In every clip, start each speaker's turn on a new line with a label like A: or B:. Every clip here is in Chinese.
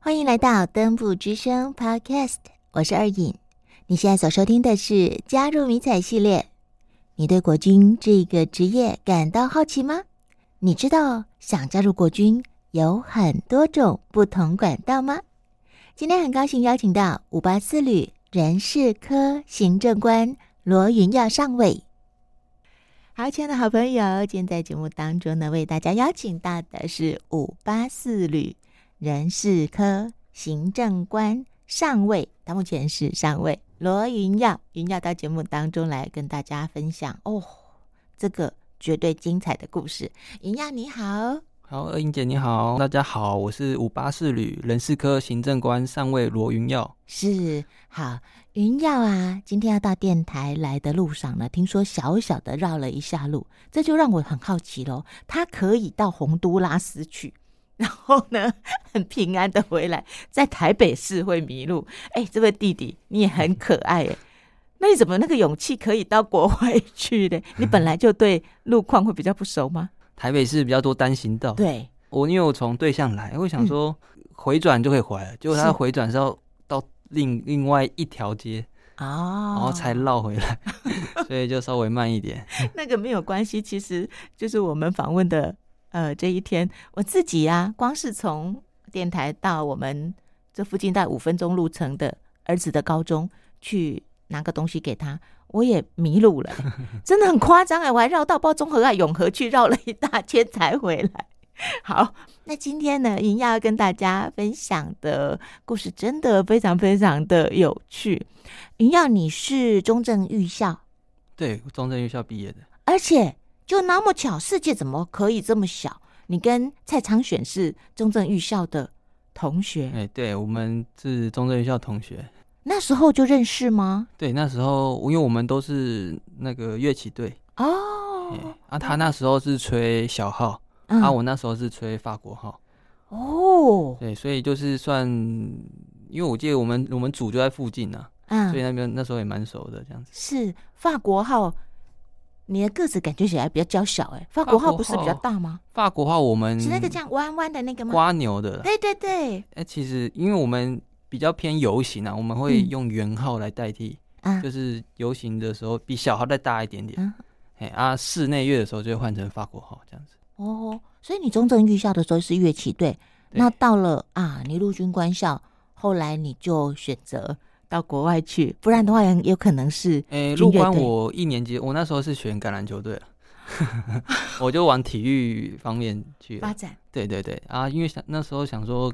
A: 欢迎来到登不之声 Podcast，我是二颖。你现在所收听的是《加入迷彩》系列。你对国军这个职业感到好奇吗？你知道想加入国军有很多种不同管道吗？今天很高兴邀请到五八四旅人事科行政官罗云耀上尉。好，亲爱的好朋友，今天在节目当中呢，为大家邀请到的是五八四旅人事科行政官上尉，他目前是上尉罗云耀。云耀到节目当中来跟大家分享哦，这个绝对精彩的故事。云耀你好，
B: 好，二英姐你好，大家好，我是五八四旅人事科行政官上尉罗云耀。
A: 是好，云耀啊，今天要到电台来的路上呢，听说小小的绕了一下路，这就让我很好奇喽。他可以到洪都拉斯去，然后呢，很平安的回来，在台北市会迷路。哎，这位弟弟，你也很可爱哎。那你怎么那个勇气可以到国外去的？你本来就对路况会比较不熟吗？
B: 台北市比较多单行道，
A: 对，嗯
B: 我因为我从对象来，我想说回转就可以回来了，结果
A: 是
B: 他回转是要到另另外一条街，然后
A: 哦，
B: 才绕回 来，所以就稍微慢一点。
A: 那个没有关系，其实就是我们访问的呃这一天，我自己啊，光是从电台到我们这附近大概五分钟路程的儿子的高中去拿个东西给他，我也迷路了欸、真的很夸张哎，我还绕到报中和爱永和去绕了一大圈才回来。好，那今天呢，云亚要跟大家分享的故事真的非常非常的有趣。云耀，你是中正预校，
B: 对，中正院校毕业的，
A: 而且就那么巧，世界怎么可以这么小？你跟蔡昌选是中正预校的同学，
B: 哎、对我们是中正院校同学。
A: 那时候就认识吗？
B: 对，那时候因为我们都是那个乐器队，哎、
A: 哦，
B: 啊，他那时候是吹小号，
A: 嗯
B: 啊，我那时候是吹法国号。
A: 哦，
B: 对，所以就是算，因为我记得我们我们组就在附近呢、所
A: 嗯，
B: 以那边那时候也蛮熟的这样子。
A: 是法国号，你的个子感觉起来比较娇小哎、法国号不是比较大吗？
B: 法国话我们
A: 是那个这样弯弯的那个吗？
B: 瓜牛嗯的啦，
A: 对对对，
B: 哎、其实因为我们比较偏游行啊，我们会
A: 嗯
B: 用圆号来代替，
A: 啊，
B: 就是游行的时候比小号再大一点点。
A: 嗯
B: 哎、啊，室内乐的时候就会换成法国号这样子。
A: 哦，所以你中正预校的时候是乐器队，
B: 对
A: 那到了啊，你陆军官校，后来你就选择到国外去，不然的话有可能是
B: 哎、
A: 军乐
B: 陆官
A: 队
B: 我一年级，我那时候是选橄榄球队了， 我就往体育方面去 了
A: 发。展
B: 对对对啊，因为想那时候想说，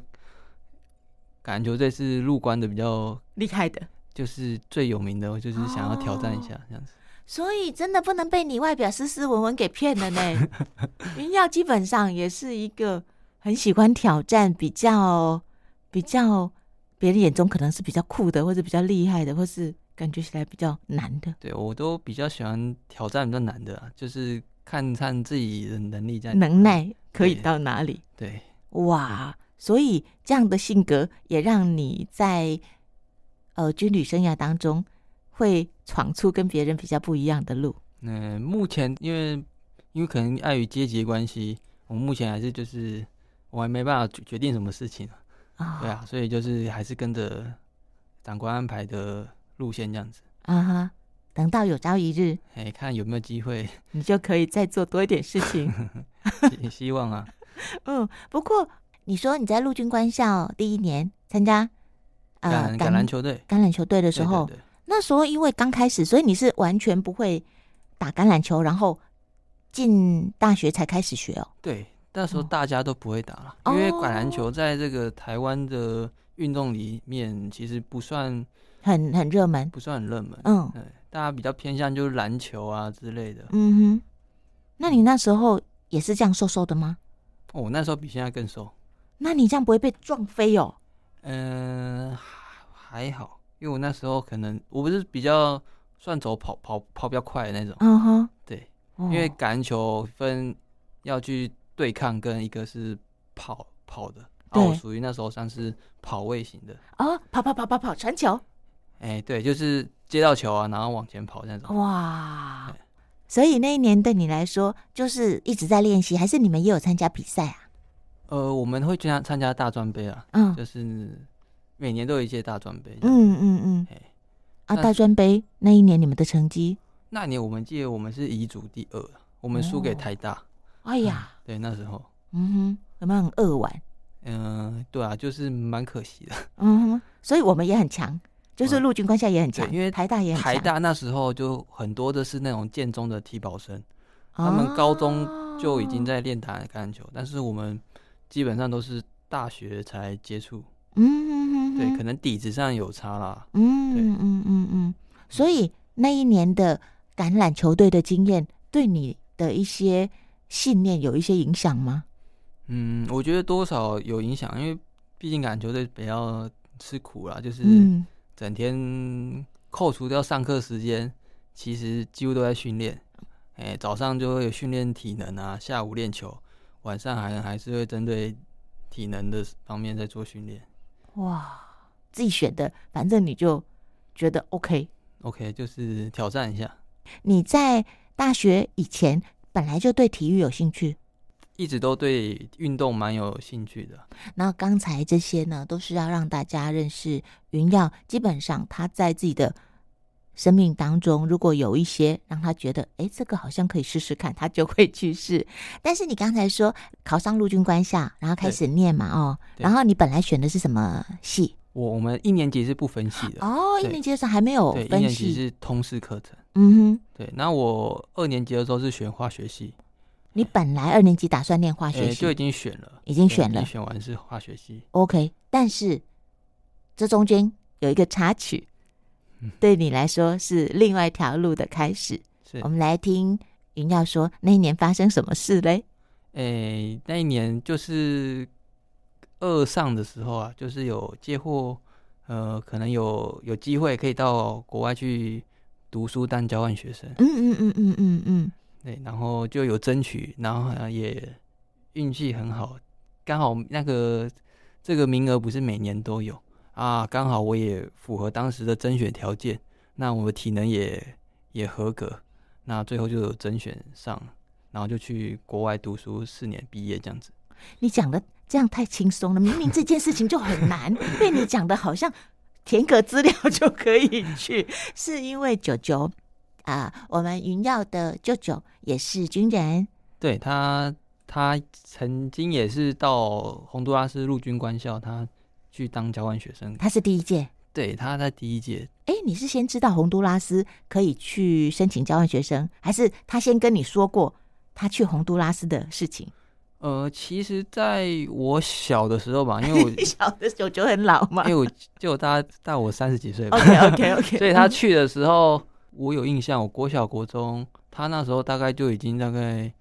B: 感觉这是入关的比较
A: 厉害的。
B: 就是最有名的，我就是想要挑战一
A: 哦
B: 下这样子。
A: 所以真的不能被你外表斯斯文文给骗了呢。 云耀基本上也是一个很喜欢挑战，比较比较别人眼中可能是比较酷的，或者比较厉害的，或是感觉起来比较难的
B: 对我都比较喜欢挑战比较难的、啊，就是看看自己的能力在哪
A: 能。耐可以
B: 对
A: 到哪里。
B: 对
A: 哇，
B: 嗯
A: 所以这样的性格也让你在呃军旅生涯当中会闯出跟别人比较不一样的路。
B: 嗯、目前因为因为可能碍于阶级的关系，我目前还是就是我还没办法决决定什么事情啊、
A: 啊
B: 对啊，所以就是还是跟着长官安排的路线这样子，
A: 啊哈！等到有朝一日，
B: 哎、看有没有机会，
A: 你就可以再做多一点事情。
B: 希希望啊。
A: 嗯，不过你说你在陆军官校第一年参加呃
B: 橄橄榄球队
A: 橄榄球队的
B: 的
A: 时候，
B: 对对
A: 那时候因为刚开始，所以你是完全不会打橄榄球，然后进大学才开始学哦。
B: 对对那时候
A: 哦
B: 大家都不会打了，
A: 哦
B: 因为橄榄球在这个台湾的运动里面其实不算
A: 很很热门，
B: 不算很热门，
A: 嗯
B: 对，大家比较偏向就是篮球啊之类的。
A: 嗯哼，那你那时候也是这样瘦瘦的吗？
B: 哦，我那时候比现在更瘦，
A: 那你这样不会被撞飞哦？
B: 嗯、还好，因为我那时候可能我不是比较算走跑跑跑比较快的那种，
A: 嗯哼，
B: 对，
A: 哦
B: 因为橄榄球分要去对抗跟一个是跑跑的，啊，
A: 对
B: 我属于那时候算是跑位型的。
A: 哦，跑跑跑跑跑传球，
B: 哎、对，就是接到球啊，然后往前跑那
A: 哦
B: 种。
A: 哇！
B: 哎
A: 所以那一年对你来说，就是一直在练习，还是你们也有参加比赛啊？
B: 呃，我们会经常参加大专杯啊，
A: 嗯
B: 就是每年都有一届大专杯。嗯，
A: 嗯嗯嗯
B: 嘿。
A: 啊，
B: 那
A: 大专杯那一年你们的成绩，
B: 那年我们记得我们是乙组第二，我们输给
A: 哦
B: 台大。
A: 哎呀，
B: 对，那时候，
A: 嗯哼，有没有很扼腕？
B: 嗯、对啊，就是蛮可惜的。
A: 嗯哼，所以我们也很强，就是
B: 嗯
A: 陆军官校也很强，
B: 对因为
A: 台大也很强，
B: 台大那时候就很多的是那种建中的体保生，
A: 他
B: 他们高中就已
A: 哦
B: 经，
A: 嗯
B: 在练打橄榄球，但是我们基本上都是大学才接触，
A: 嗯哼哼
B: 对，
A: 哼
B: 可能底子上有差啦。对
A: 嗯嗯嗯嗯，所以那一年的橄榄球队的经验，对你的一些信念有一些影响吗？
B: 嗯，我觉得多少有影响，因为毕竟橄榄球队比较吃苦啦，就是
A: 嗯
B: 整天扣除掉上课时间，其实几乎都在训练。哎、早上就会有训练体能啊，下午练球，晚上还还是会针对体能的方面在做训练。
A: 哇，自己选的，反正你就觉得 OK。
B: OK，就是挑战一下。
A: 你在大学以前本来就对体育有兴趣，
B: 一直都对运动蛮有兴趣的。
A: 那刚才这些呢，都是要让大家认识云耀。基本上他在自己的生命当中，如果有一些让他觉得，诶，这个好像可以试试看，他就会去试。但是你刚才说考上陆军官校，然后开始念嘛，哦，
B: 对
A: 然后你本来选的是什么系？
B: 我我们一年级是不分系的，
A: 哦，一
B: 对
A: 年级的时候还没有
B: 对，一
A: 分
B: 年级
A: 系，
B: 是通识课程。
A: 嗯哼，
B: 对，那我二年级的时候是选化学系，
A: 你本来二年级打算念化学
B: 诶就已
A: 系，
B: 经选了，
A: 已经
B: 对
A: 选
B: 已经
A: 了
B: 选完是化学系。
A: ，OK，但是这中间有一个插曲
B: 嗯，
A: 对你来说是另外一条路的开始。
B: 是
A: 我，们来听云耀说那一年发生什么事嘞？
B: 诶、那一年就是二上的时候啊，就是有接获，呃，可能有有机会可以到国外去读书当交换学生。
A: 嗯嗯嗯嗯嗯嗯，
B: 对，然后就有争取，然后好像也运气很好，刚好那个这个名额不是每年都有啊，刚好我也符合当时的甄选条件，那我的体能也也合格，那最后就有甄选上了，然后就去国外读书四年，毕业这样子。
A: 你讲的这样太轻松了，明明这件事情就很难，被你讲的好像填个资料就可以去， 是因为九九啊，我们云耀的舅舅也是军人，
B: 对他，他曾经也是到洪都拉斯陆军官校，他去当交换学生。
A: 他是第一届。
B: 对，他在第一届
A: 哎，你是先知道洪都拉斯可以去申请交换学生，还是他先跟你说过他去洪都拉斯的事情？
B: 呃，其实在我小的时候吧，因为我
A: 你晓得九九很老吗
B: 因为我就大大我三十几岁吧，
A: ？OK OK OK，
B: 所以他去的时候，我有印象，我国小国中，他那时候大概就已经大概，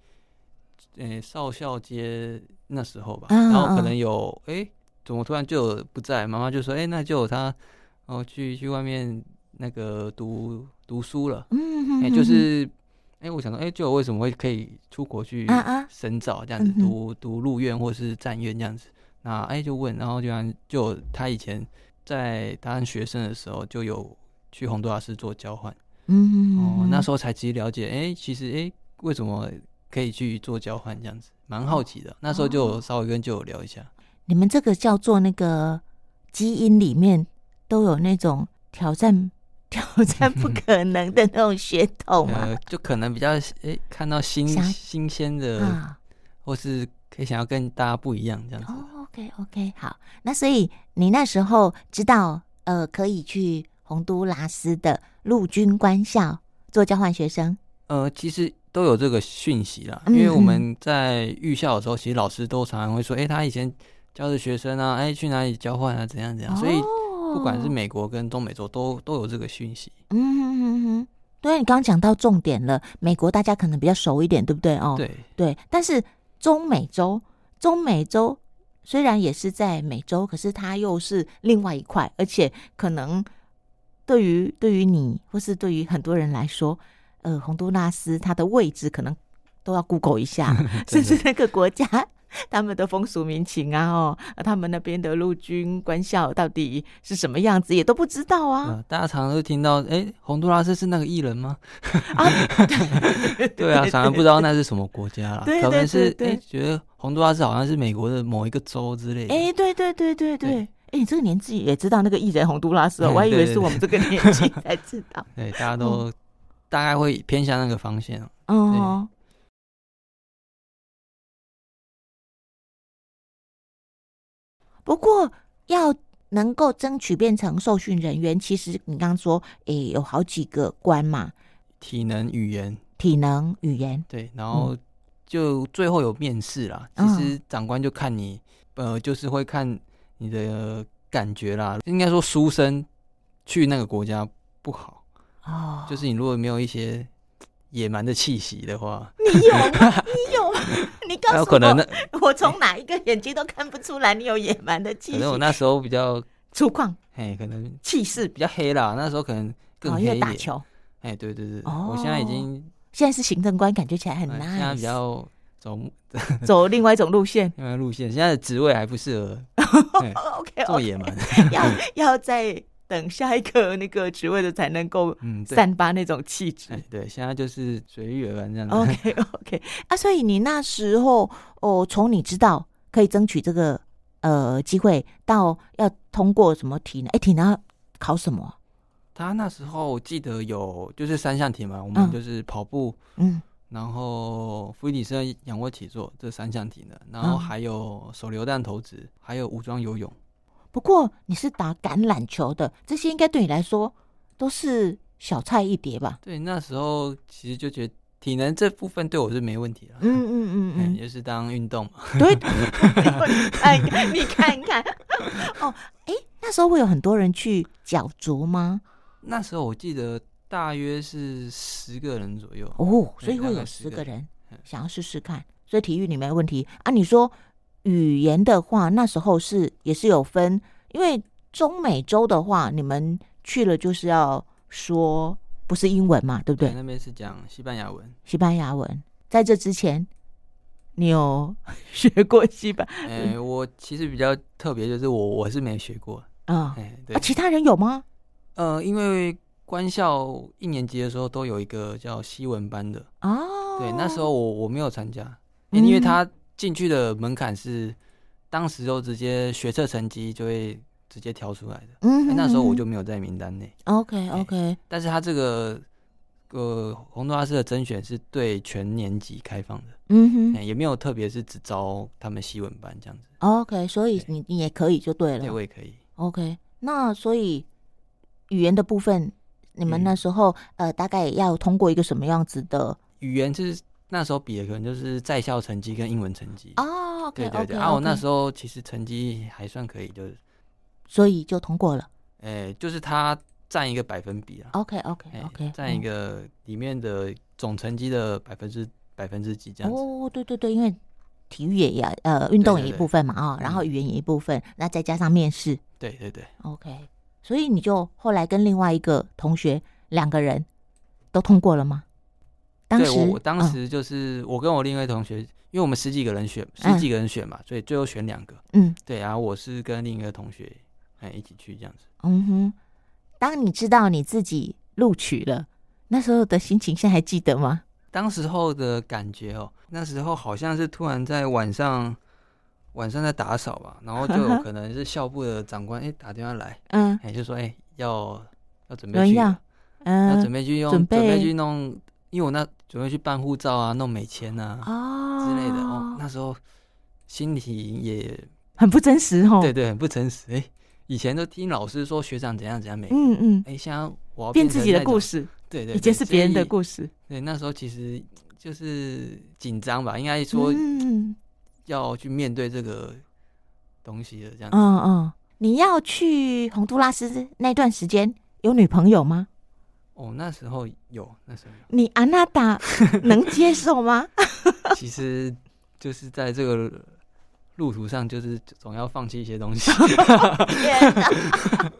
B: 呃，少校街那时候吧，
A: 嗯
B: 然后可
A: 嗯
B: 能有哎、诶怎么突然就有不在？妈妈就说，哎、那就有他，哦，去去外面那个读读书了，
A: 嗯，
B: 哎、
A: 嗯
B: 就
A: 嗯
B: 是，哎、我想说，哎、就我为什么会可以出国去
A: 啊啊
B: 深造这样子，
A: 嗯哼
B: 读读入院或是战院这样子？那哎、就问，然后就让就他以前在当学生的时候就有去洪都拉斯做交换，
A: 嗯，
B: 哦，那时
A: 候
B: 候才其实了解，哎、其实哎、为什么可以去做交换这样子，蛮好奇的。那时候就
A: 哦
B: 有稍微跟就有聊一下，
A: 你们这个叫做那个基因里面都有那种挑战 挑战不可能的那种血统
B: 呃
A: 嘛，，
B: 就可能比较哎、看到新
A: 哦想
B: 新鲜的，
A: 啊
B: 或是可以想要跟大家不一样这样子。
A: 哦，OK OK，好，那所以你那时候知道呃可以去洪都拉斯的陆军官校做交换学生，
B: 呃，其实都有这个讯息啦，
A: 嗯
B: 因为我们在预校的时候，其实老师都常常会说，哎、他以前教的学生啊，哎、去哪里交换啊，怎样怎样，所以不管是
A: 哦
B: 美国跟中美洲都都有这个讯息。
A: 嗯哼哼哼，对你刚刚讲到重点了，美国大家可能比较熟一点，对不对哦？。
B: 对，
A: 对，但是中美洲，中美洲虽然也是在美洲，可是它又是另外一块，而且可能对于对于你或是对于很多人来说，呃，洪都拉斯它的位置可能都要 Google 一下，甚
B: 真的
A: 至那个国家他们的风俗民情啊，哦，他们那边的陆军官校到底是什么样子，也都不知道啊。
B: 啊大家常常会听到，哎、洪都拉斯是那个艺 人吗？
A: 啊，
B: 对啊，常常不知道那是什么国家啦，
A: 对
B: 可
A: 对
B: 能是
A: 对
B: 哎、
A: 对
B: 觉得洪都拉斯好像是美国的某一个州之类的。
A: 哎，对对对对对
B: 对，
A: 哎，你这个年纪也知道那个艺人洪都拉斯哦，
B: 嗯
A: 我还以为
B: 对对
A: 是我们这个年纪才知道。
B: 对，大家都大概会偏向那个方向。
A: 嗯，不过要能够争取变成受训人员，其实你刚刚说，诶，有好几个关嘛，
B: 体能、语言，
A: 体能、语言，
B: 对，然后
A: 嗯
B: 就最后有面试啦。其实长官就看你，呃，就是会看你的感觉啦。应该说，书生去那个国家不好，
A: 哦，
B: 就是你如果没有一些野蛮的气息的话，
A: 你有吗？你有 吗？你告
B: 那
A: 诉
B: 有
A: 我，
B: 可能那
A: 我从哪一个眼睛都看不出来你有野蛮的气
B: 可能我
A: 息、
B: 那时候比较，
A: 粗犷、
B: 哎，可能
A: 气势，
B: 比较黑啦。那时候可能更
A: 哦，
B: 黑
A: 因为
B: 一
A: 打
B: 点。
A: 球。
B: 哎，对对对，
A: 哦
B: 我现在已经
A: 现在是行政官，感觉起来很
B: 呃
A: nice，、
B: 现在比较走
A: 走另外一种路 线。哦
B: 另外路线，现在的职位还不适 合哎
A: OK，
B: 做野蛮。
A: 要要再等下一个那个职位的才能够
B: 嗯，对，
A: 散发那种气质。
B: 哎，嗯对，现在就是随遇而安这样子。
A: OK OK 啊，所以你那时候哦，从你知道可以争取这个呃机会，到要通过什么题呢？哎、体能要考什么啊？
B: 他那时候我记得有就是三项体嘛，我
A: 嗯
B: 们就是跑步，
A: 嗯，
B: 然后俯卧撑、仰卧起坐这三项体能，然后
A: 嗯
B: 还有手榴弹投掷，还有武装游泳。
A: 不过你是打橄榄球的，这些应该对你来说都是小菜一碟吧？
B: 对，那时候其实就觉得体能这部分对我是没问题了。
A: 嗯嗯
B: 哎
A: 嗯嗯，
B: 就是当运动嘛，
A: 对，你看看，你看看， 哦，哎，那时候会有很多人去角逐吗？
B: 那时候我记得大约是十个人左右，
A: 哦，
B: 对
A: 所以
B: 大
A: 会
B: 概
A: 有
B: 十
A: 十
B: 个
A: 个人
B: 嗯
A: 想要试试看，所以体育里没问题啊。你说语言的话，那时候是也是有分，因为中美洲的话，你们去了就是要说不是英文嘛，对不对？
B: 那边是讲西班 牙文，
A: 西班牙文。在这之前，你有学过西班
B: 哎、我其实比较特别，就是我我是没学过，
A: 啊、
B: 哎、 对
A: 啊？，其他人有吗？
B: 呃，因为官校一年级的时候都有一个叫西文班的，
A: 哦，
B: 对，那时候我我没有参加，
A: 嗯
B: 因为他进去的门槛是当时就直接学测成绩就会直接挑出来的，
A: 嗯
B: 哎
A: 哼，嗯
B: 那时候我就没有在名单内，
A: OK OK，
B: 但是他这个。呃，洪都拉斯的甄选是对全年级开放的，
A: 嗯
B: 哎
A: 哼
B: 也没有特别是只招他们西文班这样子。
A: ，OK，所以
B: 对
A: 你你也可以就对了
B: 对，。我也可以。
A: OK，那所以语言的部分，你们
B: 嗯
A: 那时候、呃，大概要通过一个什么样子的？
B: 语言就是那时候比的，可能就是在校成绩跟英文成绩。
A: 哦，OK
B: 对
A: OK，,
B: 对对。啊，我那时候其实成绩还算可以，就是，
A: 所以就通过了。
B: 诶、就是它占一个百分比啊，
A: OK OK
B: 诶
A: 哦 OK，
B: 占一
A: 嗯
B: 个里面的总成绩的百分之百分之几这样子。
A: 哦，对对对，因为体育也要呃，运动
B: 对
A: 也一
B: 对
A: 部分嘛啊、然后
B: 嗯
A: 语言也一部分，那再加上面试
B: 对对对，
A: ，OK，所以你就后来跟另外一个同学两个人都通过了吗？当
B: 对
A: 时
B: 我我当
A: 嗯
B: 时就是、我跟我另外一个同学，因为我们十几个人选，
A: 嗯
B: 十几个人选嘛，所以最后选两个。
A: 嗯
B: 对，然后我是跟另一个同学哎、一起去这样子。
A: 嗯哼，当你知道你自己录取了，那时候的心情现在还记得吗？
B: 当时候的感觉哦，那时候好像是突然在晚上，晚上在打扫吧，然后就 有可能是校部的长官哎、打电话来，
A: 嗯
B: 哎、就说哎、要要准备
A: 轮
B: 去
A: 要
B: 了，要准
A: 嗯，
B: 备去用
A: 准备
B: 去弄，因为我那准备去办护照啊，弄美签啊、
A: 哦
B: 之类的哦，那时候心里也、
A: 很不真实哦。
B: 对对很不诚实哎、以前都听老师说学长怎样怎样美，哎、
A: 嗯嗯，
B: 现在我要
A: 变
B: 哦成
A: 自己的
B: 那
A: 故
B: 种，
A: 事，
B: 对对
A: 以前是别人的
B: 事。
A: 故事。
B: 对，那时候其实就是紧张吧，应该说
A: 嗯
B: 要去面对这个东西的这样
A: 嗯
B: 子。
A: 嗯，你要去洪都拉斯那段时间有女朋友吗？
B: 哦，那时候有，那时候
A: 你安娜达能接受吗？
B: 有，其实就是在这个路途上，就是总要放弃一些东 西。
A: 天哪！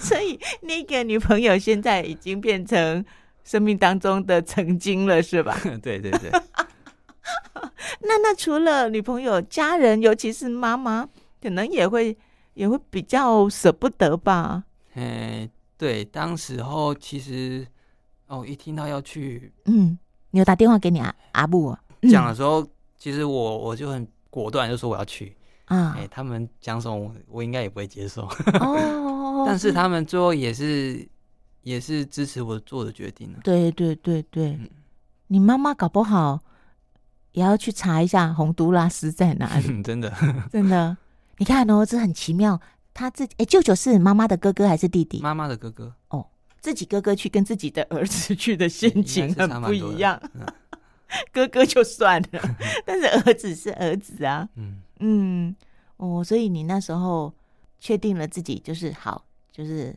A: 所以那个女朋友现在已经变成生命当中的曾经了，是吧？
B: 对对对，
C: 那那除了女朋友、家人，尤其是妈妈，可能也会也会比较舍不得吧。
B: 嗯，对，当时候其实哦，一听到要去
A: 嗯，你有打电话给你阿阿布哦
B: 讲的时候，其实我我就很果断就说我要去，
A: 啊
B: 哎、？他们讲什么我我应该也不会接受，
A: 哦，
B: 但是他们最后也是也是支持我做的决定啊了、
A: 对对对对
B: 嗯，
A: 你妈妈搞不好也要去查一下洪都拉斯在哪里。
B: 真的，
A: 真的，你看哦，这很奇妙。他自己，哎，舅舅是妈妈的哥哥还是弟弟？
B: 妈妈的哥哥
A: 自己哥哥去跟自己的儿子去的
B: 应
A: 陷
B: 该
A: 阱
B: 是
A: 很
B: 差
A: 不
B: 蛮多
A: 一
B: 的
A: 样。
B: 嗯
A: 哥哥就算了， 但是儿子是儿子啊。
B: 嗯，
A: 嗯，哦，所以你那时候确定了自己就是好，就是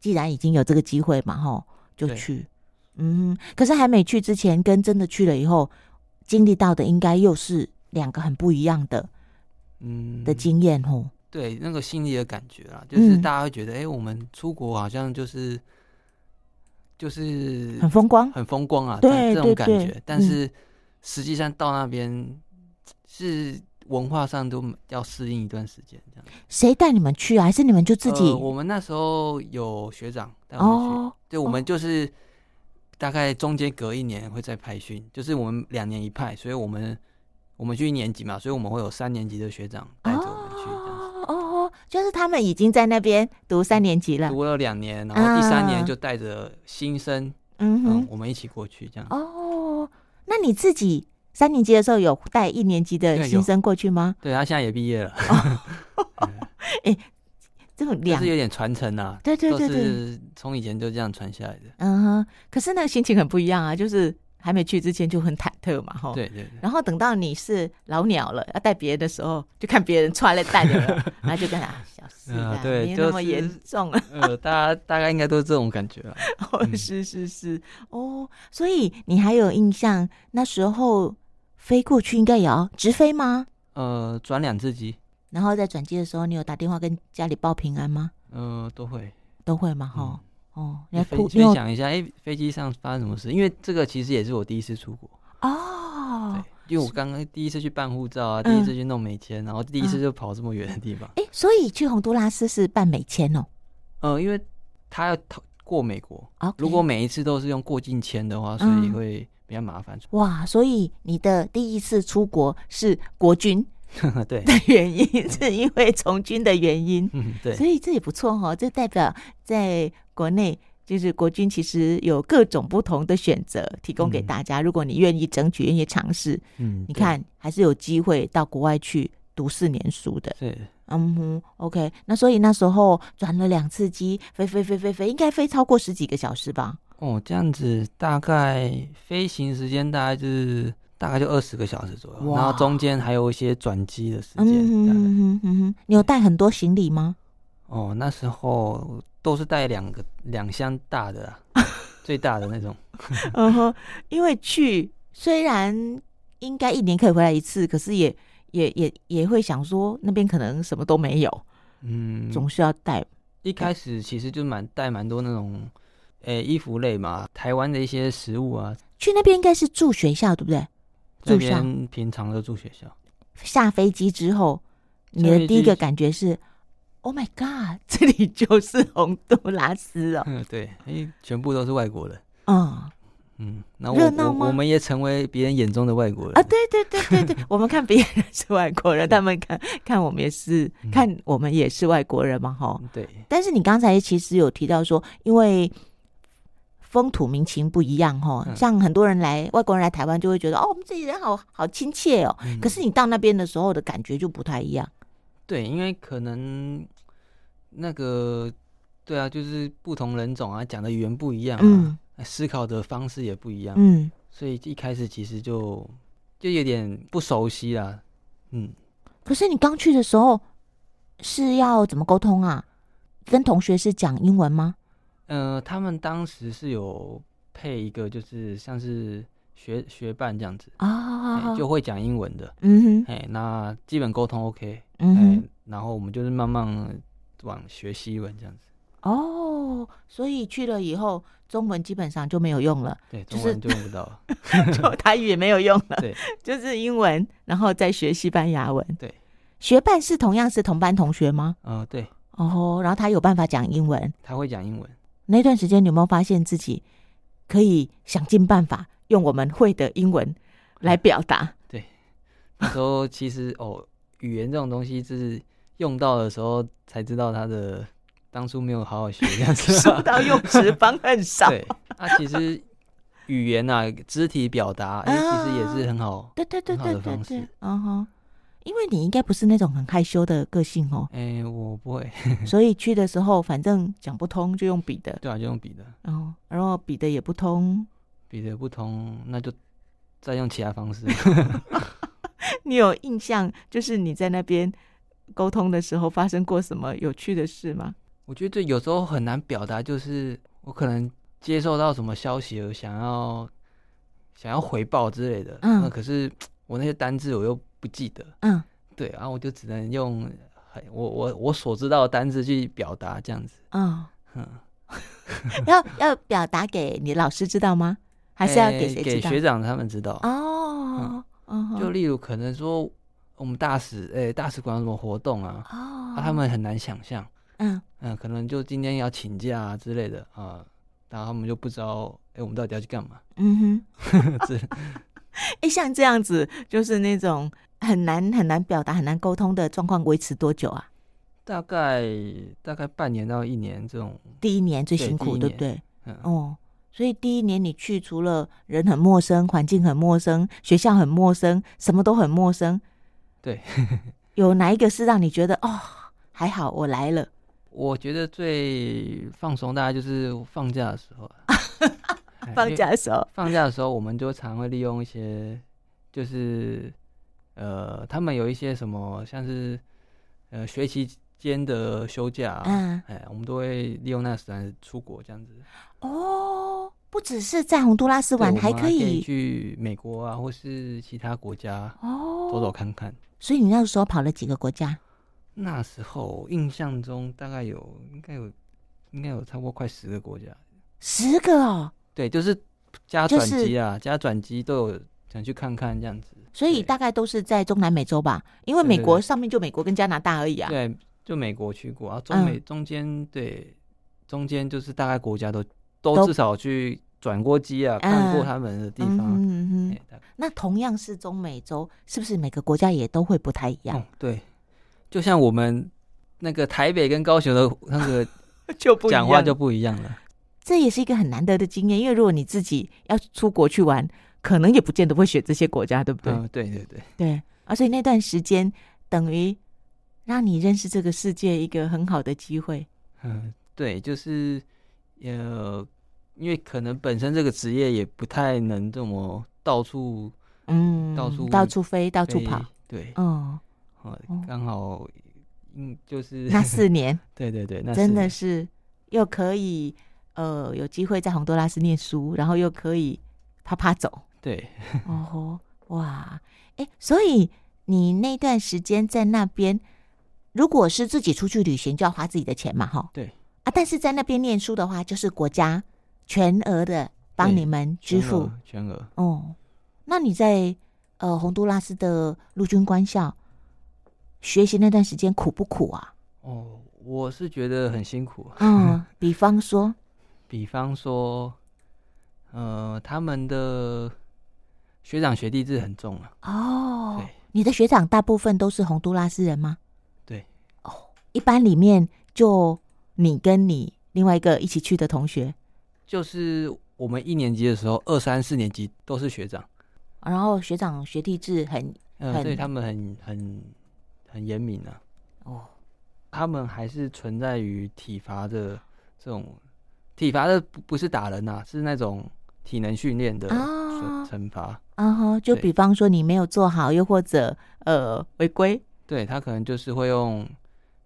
A: 既然已经有这个机会嘛，吼，就
B: 对
A: 去。嗯，可是还没去之前，跟真的去了以后，经历到的应该又是两个很不一样的
B: 嗯
A: 的经验吼。
B: 对那个心里的感觉啦，就是
A: 嗯
B: 大家会觉得，哎、我们出国好像就是就是
A: 很风光。
B: 很风光啊，
A: 对
B: 但这
A: 对
B: 种感觉。
A: 对嗯
B: 但是实际上到那边是文化上都要适应一段时间，这样
A: 谁带你们去啊？还是你们就自己？
B: 呃我们那时候有学长带我们去，
A: 哦，
B: 对，我们就是大概中间隔一年会再派训，就是我们两年一派，所以我们我们去一年级嘛，所以我们会有三年级的学长带着我们去。这样
A: 哦哦
B: 子
A: 哦哦，就是他们已经在那边读三年级了。
B: 读了两年，然后第三
A: 啊
B: 年就带着新生，
A: 嗯
B: 嗯
A: 哼，，
B: 我们一起过去这样。
A: 哦，那你自己三年级的时候有带一年级的
B: 对
A: 新
B: 有
A: 生过去吗？
B: 对他现在也毕业了，
A: 这种哦
B: 就
A: 两
B: 是有点传承啊，
A: 对对
B: 都
A: 对对，
B: 是从以前就这样传下来的。
A: 嗯哼。可是那个心情很不一样啊，就是还没去之前就很忐忑嘛，哈。。
B: 对对对，
A: 然后等到你是老鸟了，要带别人的时候，就看别人穿了带了， 然后就跟他、啊、小事
B: 啊
A: 啊，
B: 对
A: 没
B: 就
A: 那么
B: 是
A: 严重啊。
B: 呃，大家大概应该都是这种感觉啊。
A: 哦，
B: 嗯
A: 是是是，哦，所以你还有印象那时候飞过去应该也要直飞吗？
B: 呃，转两次机，
A: 然后在转机的时候，你有打电话跟家里报平安吗？
B: 呃，都会。
A: 都会吗？哈、哦，你要
B: 嗯也分
A: 哭，你
B: 分
A: 有
B: 享一下，哎、飞机上发生什么事？因为这个其实也是我第一次出国，
A: 哦
B: 对，，因为我刚刚第一次去办护照啊，
A: 嗯
B: 第一次去弄美签，然后第一次就跑这么远的地方，
A: 哎，所以去洪都拉斯是办美签哦。
B: 呃，因为他要投过美国，
A: 啊，
B: 如果每一次都是用过境签的话，所
A: 嗯
B: 以会比较麻烦。
A: 哇，所以你的第一次出国是国军
B: 对，
A: 的原因，是因为从军的原因。
B: 嗯，
A: 所
B: 对，
A: 以这也不错哈、这代表在国内就是国军其实有各种不同的选择提供给
B: 嗯
A: 大家，如果你愿意争取、愿意尝试，
B: 嗯，
A: 你
B: 对，
A: 看还是有机会到国外去读四年书的。
B: 对，
A: 嗯哼，OK，那所以那时候转了两次机，飞飞飞飞飞，应该飞超过十几个小时吧？
B: 哦，这样子大概飞行时间大概就是大概就二十个小时左右，
A: 哇
B: 然后中间还有一些转机的时
A: 嗯
B: 间。
A: 哼
B: 大概
A: 嗯哼嗯哼，你有带很多行李吗？
B: 哦，那时候都是带两个两箱大的啦， 最大的那种。
A: 嗯哼，因为去虽然应该一年可以回来一次，可是也也也也会想说那边可能什么都没有，
B: 嗯，
A: 总是要带。
B: 一开始其实就蛮带蛮多那种，诶、衣服类嘛，台湾的一些食物啊，
A: 去那边应该是住学校，对不对？
B: 这
A: 住校
B: 边平常都住学校。
A: 下飞机之后，你
B: 下
A: 的
B: 飞
A: 第一
B: 机
A: 个感觉是，Oh my God，这 里就是洪都拉斯 哦。
B: 嗯，对，诶、全部都是外国人。
A: 嗯
B: 嗯，那
A: 热
B: 我
A: 闹吗
B: 我我们也成为别人眼中的外国人
A: 啊，对对对对对， 我们看别人是外国人，他们看看我们也是
B: 嗯
A: 看我们也是外国人嘛，哈。
B: 对
A: 但是你刚才其实有提到说，因为风土民情不一样哈、
B: 嗯
A: 像很多人来外国人来台湾就会觉得哦，我们这里人好好亲切哦。
B: 嗯
A: 可是你到那边的时候的感觉就不太一样。
B: 对，因为可能那个对啊，就是不同人种啊，讲的语言不一样、啊，
A: 嗯
B: 思考的方式也不一样，
A: 嗯，
B: 所以一开始其实就就有点不熟悉啦。嗯，
A: 可是你刚去的时候是要怎么沟通啊？跟同学是讲英文吗？
B: 呃，他们当时是有配一个，就是像是学学伴这样子，哎
A: 啊、
B: 就会讲英文的，
A: 嗯哼
B: 哎，那基本沟通 OK，
A: 嗯
B: 哎
A: 哼，
B: 然后我们就是慢慢往学西文这样子。
A: 哦哦，所以去了以后，中文基本上就没有用了，
B: 对，
A: 就
B: 中
A: 是
B: 文就用不到 了。
A: 就台语也没有用了，
B: 对，
A: 就是英文，然后再学西班牙文。
B: 对，
A: 学伴是同样是同班同学吗？
B: 嗯、对，
A: 哦，然后他有办法讲英文。
B: 他会讲英文。
A: 那段时间，你有没有发现自己可以想尽办法用我们会的英文来表 达？
B: 那时候其实哦，语言这种东西就是用到的时候才知道它的当初没有好好学这 样子。
A: 说到用词方很少。
B: 对，那、其实语言啊，肢体表达，哎、其实也是很好。
A: 对对对
B: 很好
A: 对
B: 的
A: 对
B: 方
A: 对
B: 式，，
A: 嗯哼。因为你应该不是那种很害羞的个性哦
B: 哎、我不会，
A: 所以去的时候反正讲不通就用笔的，
B: 对啊，就用笔的，
A: 哦，然后笔的也不通，
B: 笔的不通，那就再用其他方式。
A: 你有印象，就是你在那边沟通的时候发生过什么有趣的事吗？
B: 我觉得这有时候很难表达，就是我可能接受到什么消息，而想要想要回报之类的，
A: 嗯
B: 那可是我那些单字我又不记得，
A: 嗯，
B: 对，然后我就只能用很我我我所知道的单字去表达这样子，
A: 哦，
B: 嗯，
A: 要要表达给你老师知道吗？还是要给
B: 诶
A: 谁
B: 给
A: 知道？
B: 学长他们知道，
A: 哦，嗯哼，
B: 就例如可能说我们大使诶、大使馆有什么活动啊，
A: 哦
B: 啊，他们很难想象，
A: 嗯
B: 嗯，可能就今天要请假啊之类的啊，然后他们就不知道诶、我们到底要去干嘛，
A: 嗯哼，
B: 这
A: 哎，像这样子，就是那种很难很难表达、很难沟通的状况，维持多久啊？
B: 大概大概半年到一年这种，
A: 第一年最
B: 对
A: 辛
B: 第
A: 苦，
B: 一
A: 对
B: 年
A: 不对？
B: 嗯，
A: 哦，所以第一年你去，除了人很陌生，环境很陌生，学校很陌生，什么都很陌生。
B: 对，
A: 有哪一个是让你觉得哦，还好我来了？
B: 我觉得最放松大概就是放假的时候啊， 哎
A: 放
B: 因为
A: 假的时候，
B: 放假的时候，我们就常会利用一些，就是呃，他们有一些什么像是呃学期间的休假、啊，
A: 嗯
B: 哎，我们都会利用那时间出国这样子，
A: 哦，不只是在洪都拉斯
B: 对我
A: 玩，
B: 们
A: 还
B: 还
A: 可以
B: 去美国啊，或是其他国家
A: 哦，
B: 走走看看。
A: 所以你那时候跑了几个国家？
B: 那时候印象中大概有应该有应该有差不多快十个国家，
A: 十个哦，
B: 对，就是加
A: 就
B: 转
A: 是
B: 机啊，加转机都有想去看看这样子。
A: 所以
B: 对
A: 大概都是在中南美洲吧？因为
B: 对
A: 美
B: 对
A: 国
B: 对
A: 上面就美国跟加拿大而已啊。嗯
B: 对，就美国去过啊，中美、中间对中间就是大概国家都
A: 都
B: 都至少去转过机啊，看过他们的地
A: 嗯
B: 方。
A: 哼嗯
B: 哎
A: 哼，
B: 大概
A: 那同样是中美洲，是不是每个国家也都会不太一样
B: 哦？，对，就像我们那个台北跟高雄的那个
A: 就 不
B: 哦讲话就不一样了。
A: 这也是一个很难得的经验，因为如果你自己要出国去玩，可能也不见得会选这些国家，对不对？
B: 嗯，对对对，
A: 对啊，所以那段时间等于让你认识这个世界一个很好的机会。
B: 嗯， 对，就是呃，因为可能本身这个职业也不太能这么到处
A: 嗯，
B: 到处
A: 到处飞，到处
B: 飞
A: 跑。，
B: 对，
A: 嗯，
B: 哦
A: 哦，
B: 刚好，嗯，就是
A: 那四年
B: 对对 对，那
A: 真的
B: 是
A: 是又可以呃有机会在洪都拉斯念书，然后又可以啪啪走。
B: 对，
A: 哦吼，哇，哎，所以你那段时间在那边，如果是自己出去旅行，就要花自己的钱嘛，哈。
B: 对。
A: 啊，但是在那边念书的话，就是国家全额的帮
B: 对
A: 你们支
B: 全
A: 付
B: 额。全额。
A: 哦，那你在呃洪都拉斯的陆军官校学习那段时间苦不苦啊？
B: 哦，我是觉得很辛苦。啊
A: 嗯，比方说，
B: 比方说，呃，他们的学长学弟制很重啊。
A: 哦
B: 对，
A: 你的学长大部分都是洪都拉斯人吗？哦
B: 对，
A: 一般里面就你跟你另外一个一起去的同学，
B: 就是我们一年级的时候，二三四年级都是学长，
A: 然后学长学弟制很
B: 呃，
A: 很
B: 对他们很很很严明啊。
A: 哦，
B: 他们还是存在于体罚的这种体罚的不不是打人啊，是那种体能训练的
A: 啊
B: 惩惩罚。
A: 啊哈，就
B: 对
A: 比方说你没有做好，又或者呃违规，
B: 对他可能就是会用，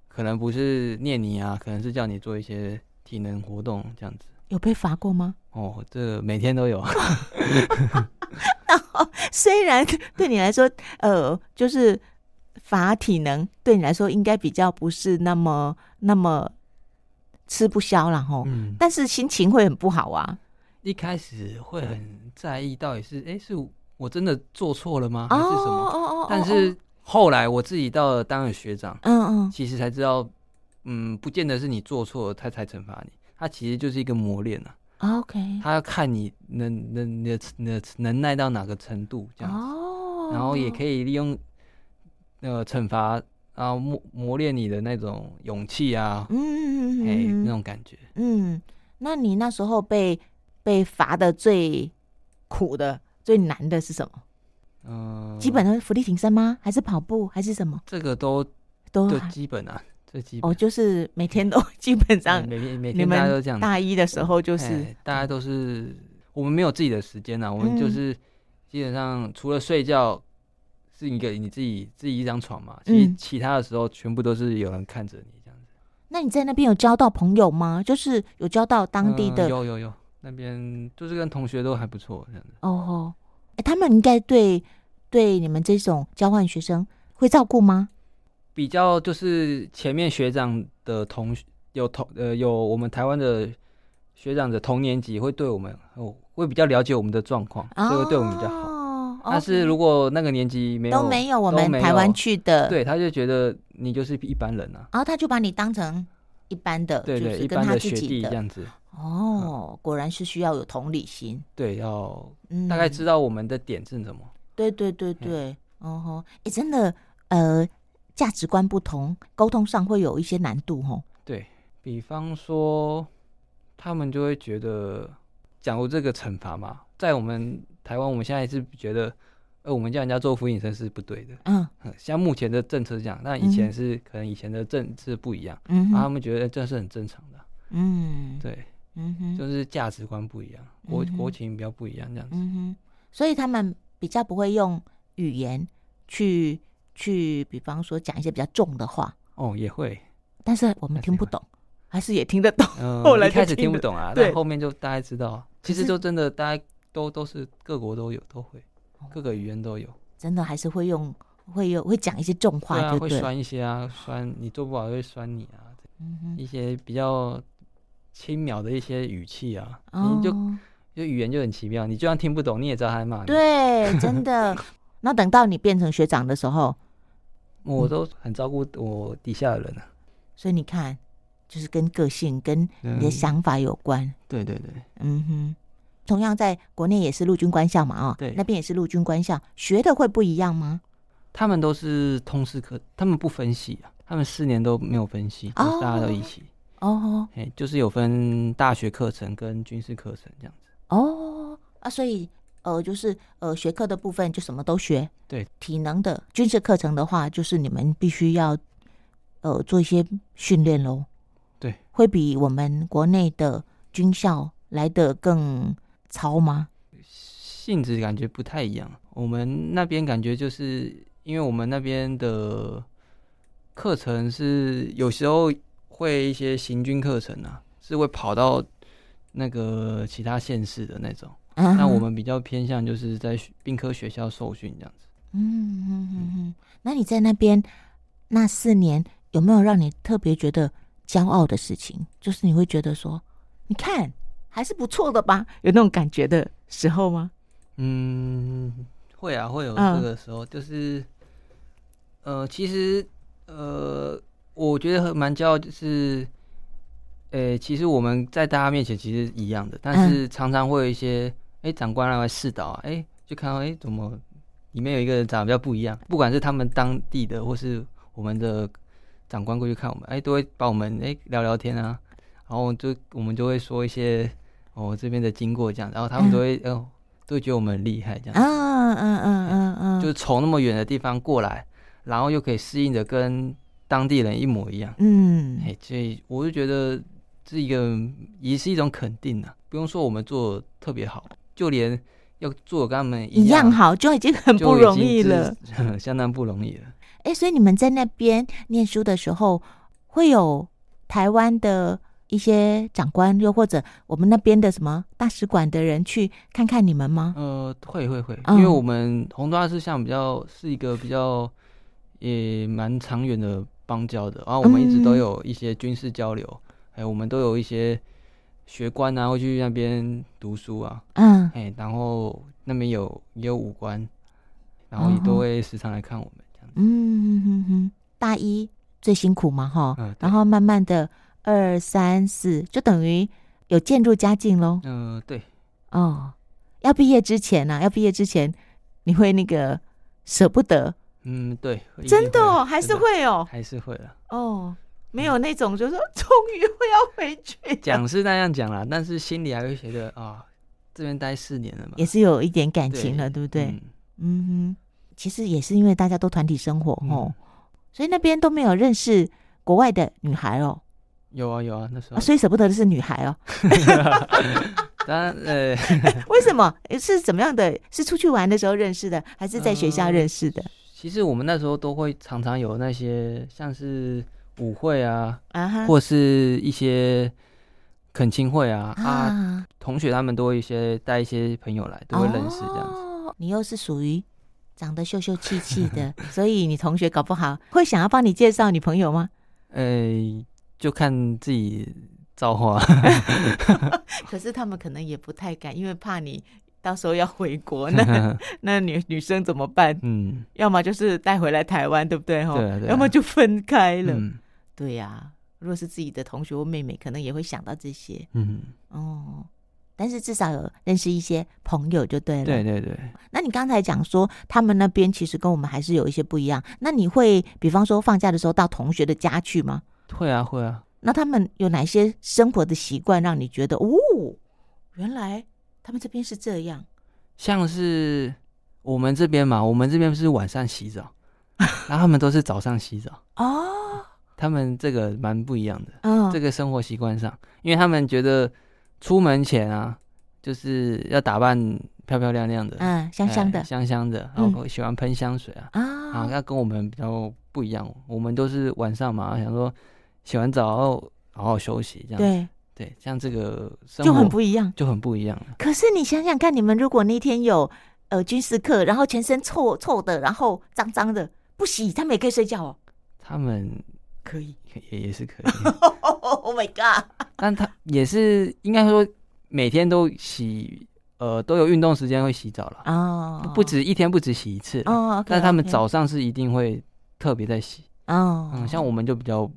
B: 可能不是念你啊，可能是叫你做一些体能活动这样子。
A: 有被罚过吗？
B: 哦，这个每天都有，
A: 虽然 对你来说，呃，就是罚体能对你来说应该比较不是那么那么吃不消了吼，
B: 嗯，
A: 但是心情会很不好啊。
B: 一开始会很在意，到底是哎、诶是我真的做错了吗，
A: 哦
B: 啊还是什么？
A: 哦哦，
B: 但
A: 哦
B: 是后来我自己到了当了学长，
A: 嗯嗯
B: 其实才知道，嗯，不见得是你做错了他才惩罚你，他其实就是一个磨练啊，
A: 哦，OK，
B: 他要看你能能你的你的能耐到哪个程度这样子。
A: 哦，
B: 然后也可以利用呃惩罚啊磨磨练你的那种勇气啊，
A: 嗯，嗯
B: 哎、
A: 嗯嗯
B: 那种感觉。
A: 嗯，那你那时候被被罚的最苦的、最难的是什么？
B: 嗯、
A: 基本的伏地挺身吗？还是跑步？还是什么？
B: 这个都
A: 都
B: 最
A: 还
B: 基本啊，最基本。
A: 哦，就是每天都 基本
B: 哎
A: 上，
B: 每天每
A: 你
B: 天大家都
A: 们
B: 这样，
A: 大一的时候就是
B: 哎大家都是我们没有自己的时间啊，我们就
A: 嗯
B: 是基本上除了睡觉。是一个你自己自己一张床嘛，其实
A: 嗯
B: 其他的时候全部都是有人看着你这样子。
A: 那你在那边有交到朋友吗？就是有交到当地
B: 嗯
A: 的、
B: 有有有，那边就是跟同学都还不错这样子。
A: 哦吼、哎他们应该对对你们这种交换学生会照顾吗？
B: 比较就是前面学长的同学有同呃有我们台湾的学长的同年级会对我们哦会比较了解我们的状况，
A: 啊，
B: 所以会对我们比较好。
A: 哦，
B: 但是如果那个年级没有
A: 都没有我
B: 都
A: 们
B: 没
A: 台湾
B: 有
A: 去的，，
B: 对，他就觉得你就是一般人啊，
A: 然后他就把你当成一般的，
B: 对对，
A: 就是
B: 一
A: 跟
B: 般
A: 他
B: 的
A: 自
B: 学弟
A: 己
B: 这
A: 的。
B: 样子，
A: 哦，果然是需要有同理心，
B: 对，要
A: 嗯，
B: 大概知道我们的点是什么。
A: 对对对对，哦吼，哎，真的，呃，价值观不同，沟通上会有一些难度吼。
B: 比方说，他们就会觉得，假如这个惩罚嘛，在我们台湾，我们现在是觉得，呃，我们叫人家做俯卧撑是不对的。
A: 嗯
B: 嗯像目前的政策是这样，那以前是、可能以前的政治不一样，
A: 嗯
B: 然后他
A: 哼
B: 们觉得呃这是很正常的，
A: 嗯
B: 啊对，
A: 嗯哼
B: 就是价值观不一样，国
A: 嗯哼
B: 国情比较不一样这样子。
A: 嗯哼，所以他们比较不会用语言去去，比方说讲一些比较重的话，
B: 哦，也会，
A: 但是我们
B: 还是
A: 听不
B: 会
A: 懂，还是也听得懂。
B: 嗯、
A: 后来
B: 一开
A: 就
B: 始
A: 听
B: 听不
A: 得
B: 懂啊，
A: 对
B: 但后面就大概知道啊。其实
A: 是
B: 就真的大家都都是各国都有都会，
A: 哦
B: 各个语言都有。
A: 真的还是会用会有会讲一些重
B: 对
A: 话
B: 啊，
A: 就
B: 会
A: 对了，
B: 酸一些啊，酸你做不好就会酸你啊，
A: 嗯哼，
B: 一些比较轻描的一些语气啊，
A: 哦
B: 你就就语言就很奇妙，你就算听不懂，你也知道他在骂你。，
A: 对，真 的。那等到你变成学长的时候，
B: 我都很照顾我底下的人啊。
A: 所以你看，就是跟个性、跟你的
B: 嗯
A: 想法有关。
B: 对对对，
A: 嗯哼，同样在国内也是陆军官校嘛，哦，
B: 对
A: 那边也是陆军官校，学的会不一样吗？
B: 他们都是通识课，他们不分系啊，他们四年都没有分系，就是大家都一起。
A: 哦
B: 哎、就是有分大学课程跟军事课程这样子。
A: 哦啊，所以呃，就是呃，学科的部分就什么都学。
B: 对，
A: 体能的军事课程的话，就是你们必须要呃做一些训练喽。
B: 对，
A: 会比我们国内的军校来的更糙吗？
B: 性质感觉不太一样。我们那边感觉就是因为我们那边的课程是有时候会一些行军课程啊，是会跑到那个其他县市的那种。
A: 啊
B: 那我们比较偏向就是在学病科学校受训这样子。
A: 嗯嗯嗯嗯，那你在那边那四年有没有让你特别觉得骄傲的事情？就是你会觉得说，你看还是不错的吧，有那种感觉的时候吗？
B: 嗯，会啊，会有
A: 嗯
B: 这个时候，就是呃，其实呃，我觉得很蛮骄傲，就是呃、其实我们在大家面前其实一样的，但
A: 嗯
B: 是常常会有一些哎、长官来试导啊，哎、就看到哎、怎么里面有一个人长得比较不一样，不管是他们当地的或是我们的长官过去看我们，哎、都会把我们哎、聊聊天啊，然后就我们就会说一些哦这边的经过这样，然后他
A: 嗯
B: 们都会、哦都会觉得我们很厉害这样
A: 啊嗯嗯嗯嗯，
B: 就是从那么远的地方过来，然后又可以适应的跟当地人一模一样。
A: 嗯
B: 哎、所以我就觉得这一个也是一种肯定啊，不用说我们做得特别好，就连要做得跟他们
A: 一
B: 样
A: 样好就已经很
B: 就
A: 不
B: 已
A: 容
B: 经
A: 易
B: 是
A: 了。，
B: 相当不容易了。
A: 哎、所以你们在那边念书的时候，会有台湾的一些长官，又或者我们那边的什么大使馆的人去看看你们吗？
B: 呃，会会会，
A: 嗯
B: 因为我们红都大志向比较是一个比较
A: 嗯
B: 也蛮长远的邦交的，然后我们一直都有一些军事交流，哎、我们都有一些学官啊，会去那边读书啊，
A: 嗯，
B: 哎、然后那边有也有武官，然后也
A: 嗯
B: 都
A: 哼
B: 会时常来看我们这样子。
A: 嗯哼哼哼，大一最辛苦嘛哈，
B: 嗯对
A: 然后慢慢的二三四就等于有渐入佳境喽。
B: 嗯、对，
A: 哦，要毕业之前啊呢、要毕业之前你会那个舍不得，
B: 嗯，对，一定
A: 真的
B: 会
A: 哦，
B: 啊
A: 还是
B: 真的
A: 会哦，
B: 还是会啊了。
A: 哦，没有那种就是说终于我要回去了，
B: 讲是那样讲啦，但是心里还会觉得啊，这边待四年了嘛，
A: 也是有一点感情了，对不对？
B: 嗯
A: 嗯哼，其实也是因为大家都团体生活哦，
B: 嗯
A: 所以那边都没有认识国外的女孩哦，
B: 有啊有啊，那时候
A: 啊、所以舍不得的是女孩 哦。
B: 当然呃
A: 为什么？是怎么样的？是出去玩的时候认识的，还是在学校认识 的？
B: 其实我们那时候都会常常有那些像是舞会啊，
A: 啊哈，
B: 或是一些恳亲会啊啊，
A: 啊，
B: 同学他们都会一些带一些朋友来，都会认识这样子。
A: 哦、你又是属于长得秀秀气气的，所以你同学搞不好会想要帮你介绍女朋友吗？
B: 呃，就看自己造 化。
A: 可是他们可能也不太敢，因为怕你到时候要回国， 那那女女生怎么办？
B: 嗯，
A: 要么就是带回来台湾，对不对？哈、
B: 对啊对啊
A: 要么就分开了。
B: 嗯
A: 对呀、如果是自己的同学或妹妹，可能也会想到这些
B: 嗯，
A: 哦。但是至少有认识一些朋友就对了。
B: 对对对。
A: 那你刚才讲说，他们那边其实跟我们还是有一些不一样。那你会，比方说放假的时候到同学的家去吗？
B: 会啊，会啊，
A: 那他们有哪些生活的习惯让你觉得，哦，原来他们这边是这样？
B: 像是我们这边嘛，我们这边是晚上 洗澡，然后他们都是早上洗澡，
A: 哦，
B: 他们这个蛮不一样的，
A: 嗯，
B: 这个生活习惯上，因为他们觉得出门前啊，就是要打扮漂漂亮亮的，
A: 嗯，
B: 哎，
A: 香香的
B: 香香的，
A: 嗯
B: 然后喜欢喷香水啊，啊，
A: 啊，
B: 那跟我们比较不一样，我们都是晚上嘛，想说洗完澡后好好休息这样子，
A: 对，
B: 对，像这个生活
A: 就很不一样。
B: 就很不一样了。
A: 可是你想想看，你们如果那天有呃军事课，然后全身臭臭的，然后脏脏的，不洗，他们也可以睡觉哦。
B: 他们
A: 可以
B: 也也是可以，
A: ，Oh my god！
B: 但他也是应该说每天都洗，呃，都有运动时间会洗澡了，
A: 哦，
B: 不止一天不止洗一次啦。
A: 哦，OK，OK，
B: 但他们早上是一定会特别在洗，
A: 哦，
B: 嗯，像我们就比较，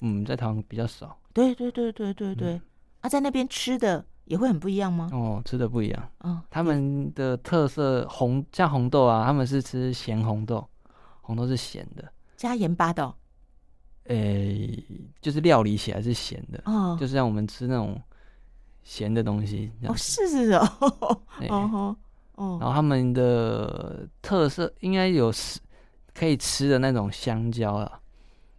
B: 嗯，在台湾比较少
A: 对对对对对
B: 嗯
A: 对、啊，在那边吃的也会很不一样吗？
B: 哦，吃的不一样。
A: 哦，
B: 他们的特色红像红豆啊，他们是吃咸红豆，红豆是咸的，
A: 加盐巴的哦，
B: 诶、就是料理起来是咸的，
A: 哦
B: 就是像我们吃那种咸的东西这样
A: 哦是
B: 子。
A: 是哦，
B: 对
A: 哦吼
B: 然
A: 哦
B: 后他们的特色应该有吃可以吃的那种香蕉啊，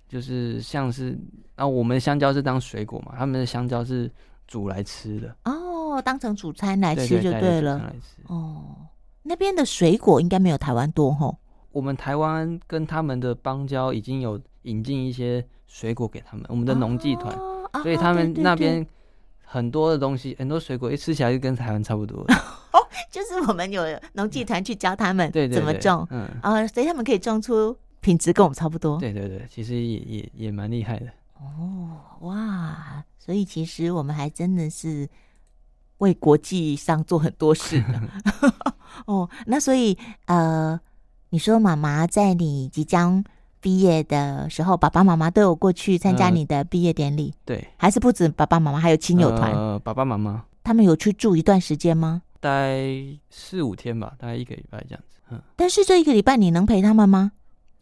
B: 就是像是那我们的香蕉是当水果嘛，他们的香蕉是煮来吃的，
A: 哦，当成主餐来
B: 对
A: 吃就
B: 带
A: 对
B: 着煮
A: 了
B: 上来吃。
A: 哦。那边的水果应该没有台湾多吼、
B: 我们台湾跟他们的邦交已经有引进一些水果给他们，我们的农技团，
A: 哦啊
B: 所以他们
A: 对对
B: 那
A: 对
B: 边很多的东西，很多水果一吃起来就跟台湾差 不多了。
A: 就是我们有农技团去教他们
B: 对对对，
A: 怎么种
B: 嗯，
A: 啊、所以他们可以种出品质跟我们差不多。
B: 对对对，其实也也也蛮厉害的。
A: 哦，哇！所以其实我们还真的是为国际上做很多 事 呢。哦，那所以呃，你说妈妈在你即将毕业的时候，爸爸妈妈都有过去参加
B: 呃
A: 你的毕业典礼，
B: 对，
A: 还是不止爸爸妈妈，还有亲友团，
B: 呃，爸爸妈妈。
A: 他们有去住一段时间吗？
B: 待四五天吧，大概一个礼拜这样子。嗯，
A: 但是这一个礼拜你能陪他们吗？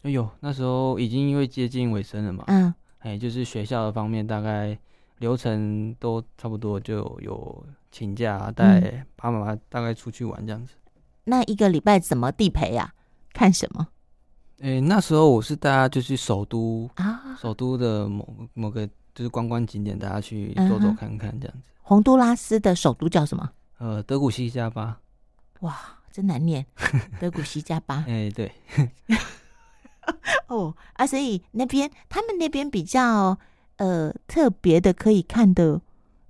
B: 哎呦，那时候已经因为接近尾声了嘛，
A: 嗯，
B: 哎，就是学校的方面大概流程都差不多，就有请假啊带
A: 嗯
B: 爸爸妈妈大概出去玩这样子。
A: 那一个礼拜怎么地陪呀、看什么
B: 哎，那时候我是大家就去首都，
A: 啊？
B: 首都的某某个就是观光景点，大家去
A: 嗯
B: 走走
A: 哼
B: 看看这样子。
A: 洪都拉斯的首都叫什么？
B: 呃，德古西加巴，
A: 哇，真难念， 嗯德古西加巴。
B: 哎，对，
A: 哦啊，所以那边他们那边比较呃特别的可以看的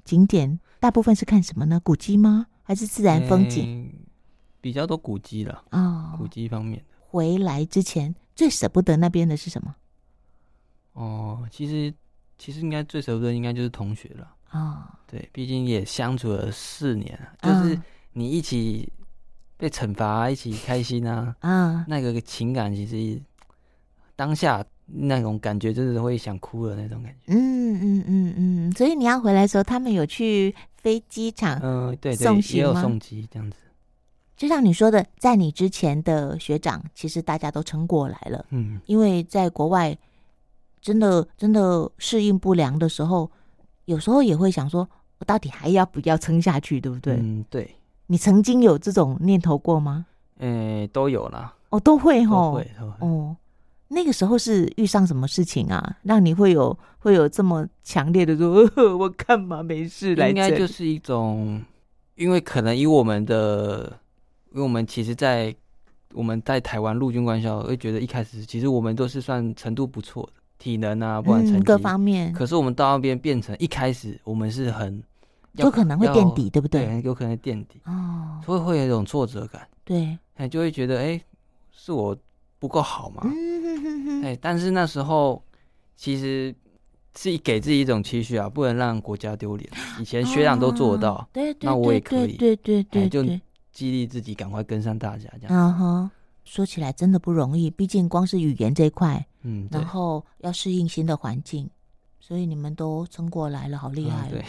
A: 景点，大部分是看什么呢？古迹吗？还是自然风景？
B: 哎比较多古迹了，古
A: 哦，
B: 迹方面。
A: 回来之前最舍不得那边的是什么？
B: 哦，其实其实应该最熟的应该就是同学了。
A: 哦
D: 啊，
B: 对，毕竟也相处了四年啊，就是
D: 嗯
B: 你一起被惩罚啊、一起开心啊，
D: 啊，
B: 那个情感其实当下那种感觉，真的会想哭的那种感觉。
D: 嗯
A: 嗯嗯嗯，所以你要回来的时候，他们有去飞机场，
B: 嗯、对对
A: 送，
B: 也
A: 行
B: 有
A: 吗
B: 送机这样子。
A: 就像你说的，在你之前的学长，其实大家都撑过来了，
B: 嗯，
A: 因为在国外真的真的适应不良的时候，有时候也会想说，我到底还要不要撑下去，对不对？
B: 嗯对，
A: 你曾经有这种念头过吗？
B: 诶、呃都有啦，
A: 哦，都会
B: 都
A: 吼
B: 会，都会。
A: 哦。那个时候是遇上什么事情啊，让你会有会有这么强烈的说， 呃我干嘛没事来
B: 应该
A: 这
B: 就
A: 里？
B: 是一种，因为可能以我们的，因为我们其实在，我们在台湾陆军官校会觉得一开始其实我们都是算程度不错的，体能啊，不管成
A: 嗯，
B: 绩、
A: 各方面
B: 可是我们到那边变成一开始我们是很要
A: 就可能会
B: 要
A: 垫底，对不对？
B: 对，有可能垫底，
A: 哦，
B: 所以会有一种挫折感，
A: 对，
B: 哎，就会觉得哎、是我不够好吗？
A: 嗯哼哼哼，
B: 哎，但是那时候其实是给自己一种期许啊，不能让国家丢脸。以前学长都做得到，
A: 哦对对
B: 那我
A: 对
B: 也可以
A: 对对对对
B: 哎就
A: 对，
B: 激励自己赶快跟上大家这样。
A: 嗯哼。说起来真的不容易，毕竟光是语言这一块，
B: 嗯，对
A: 然，后要适应新的环境，所以你们都撑过来了，好厉害、哦
B: 嗯对，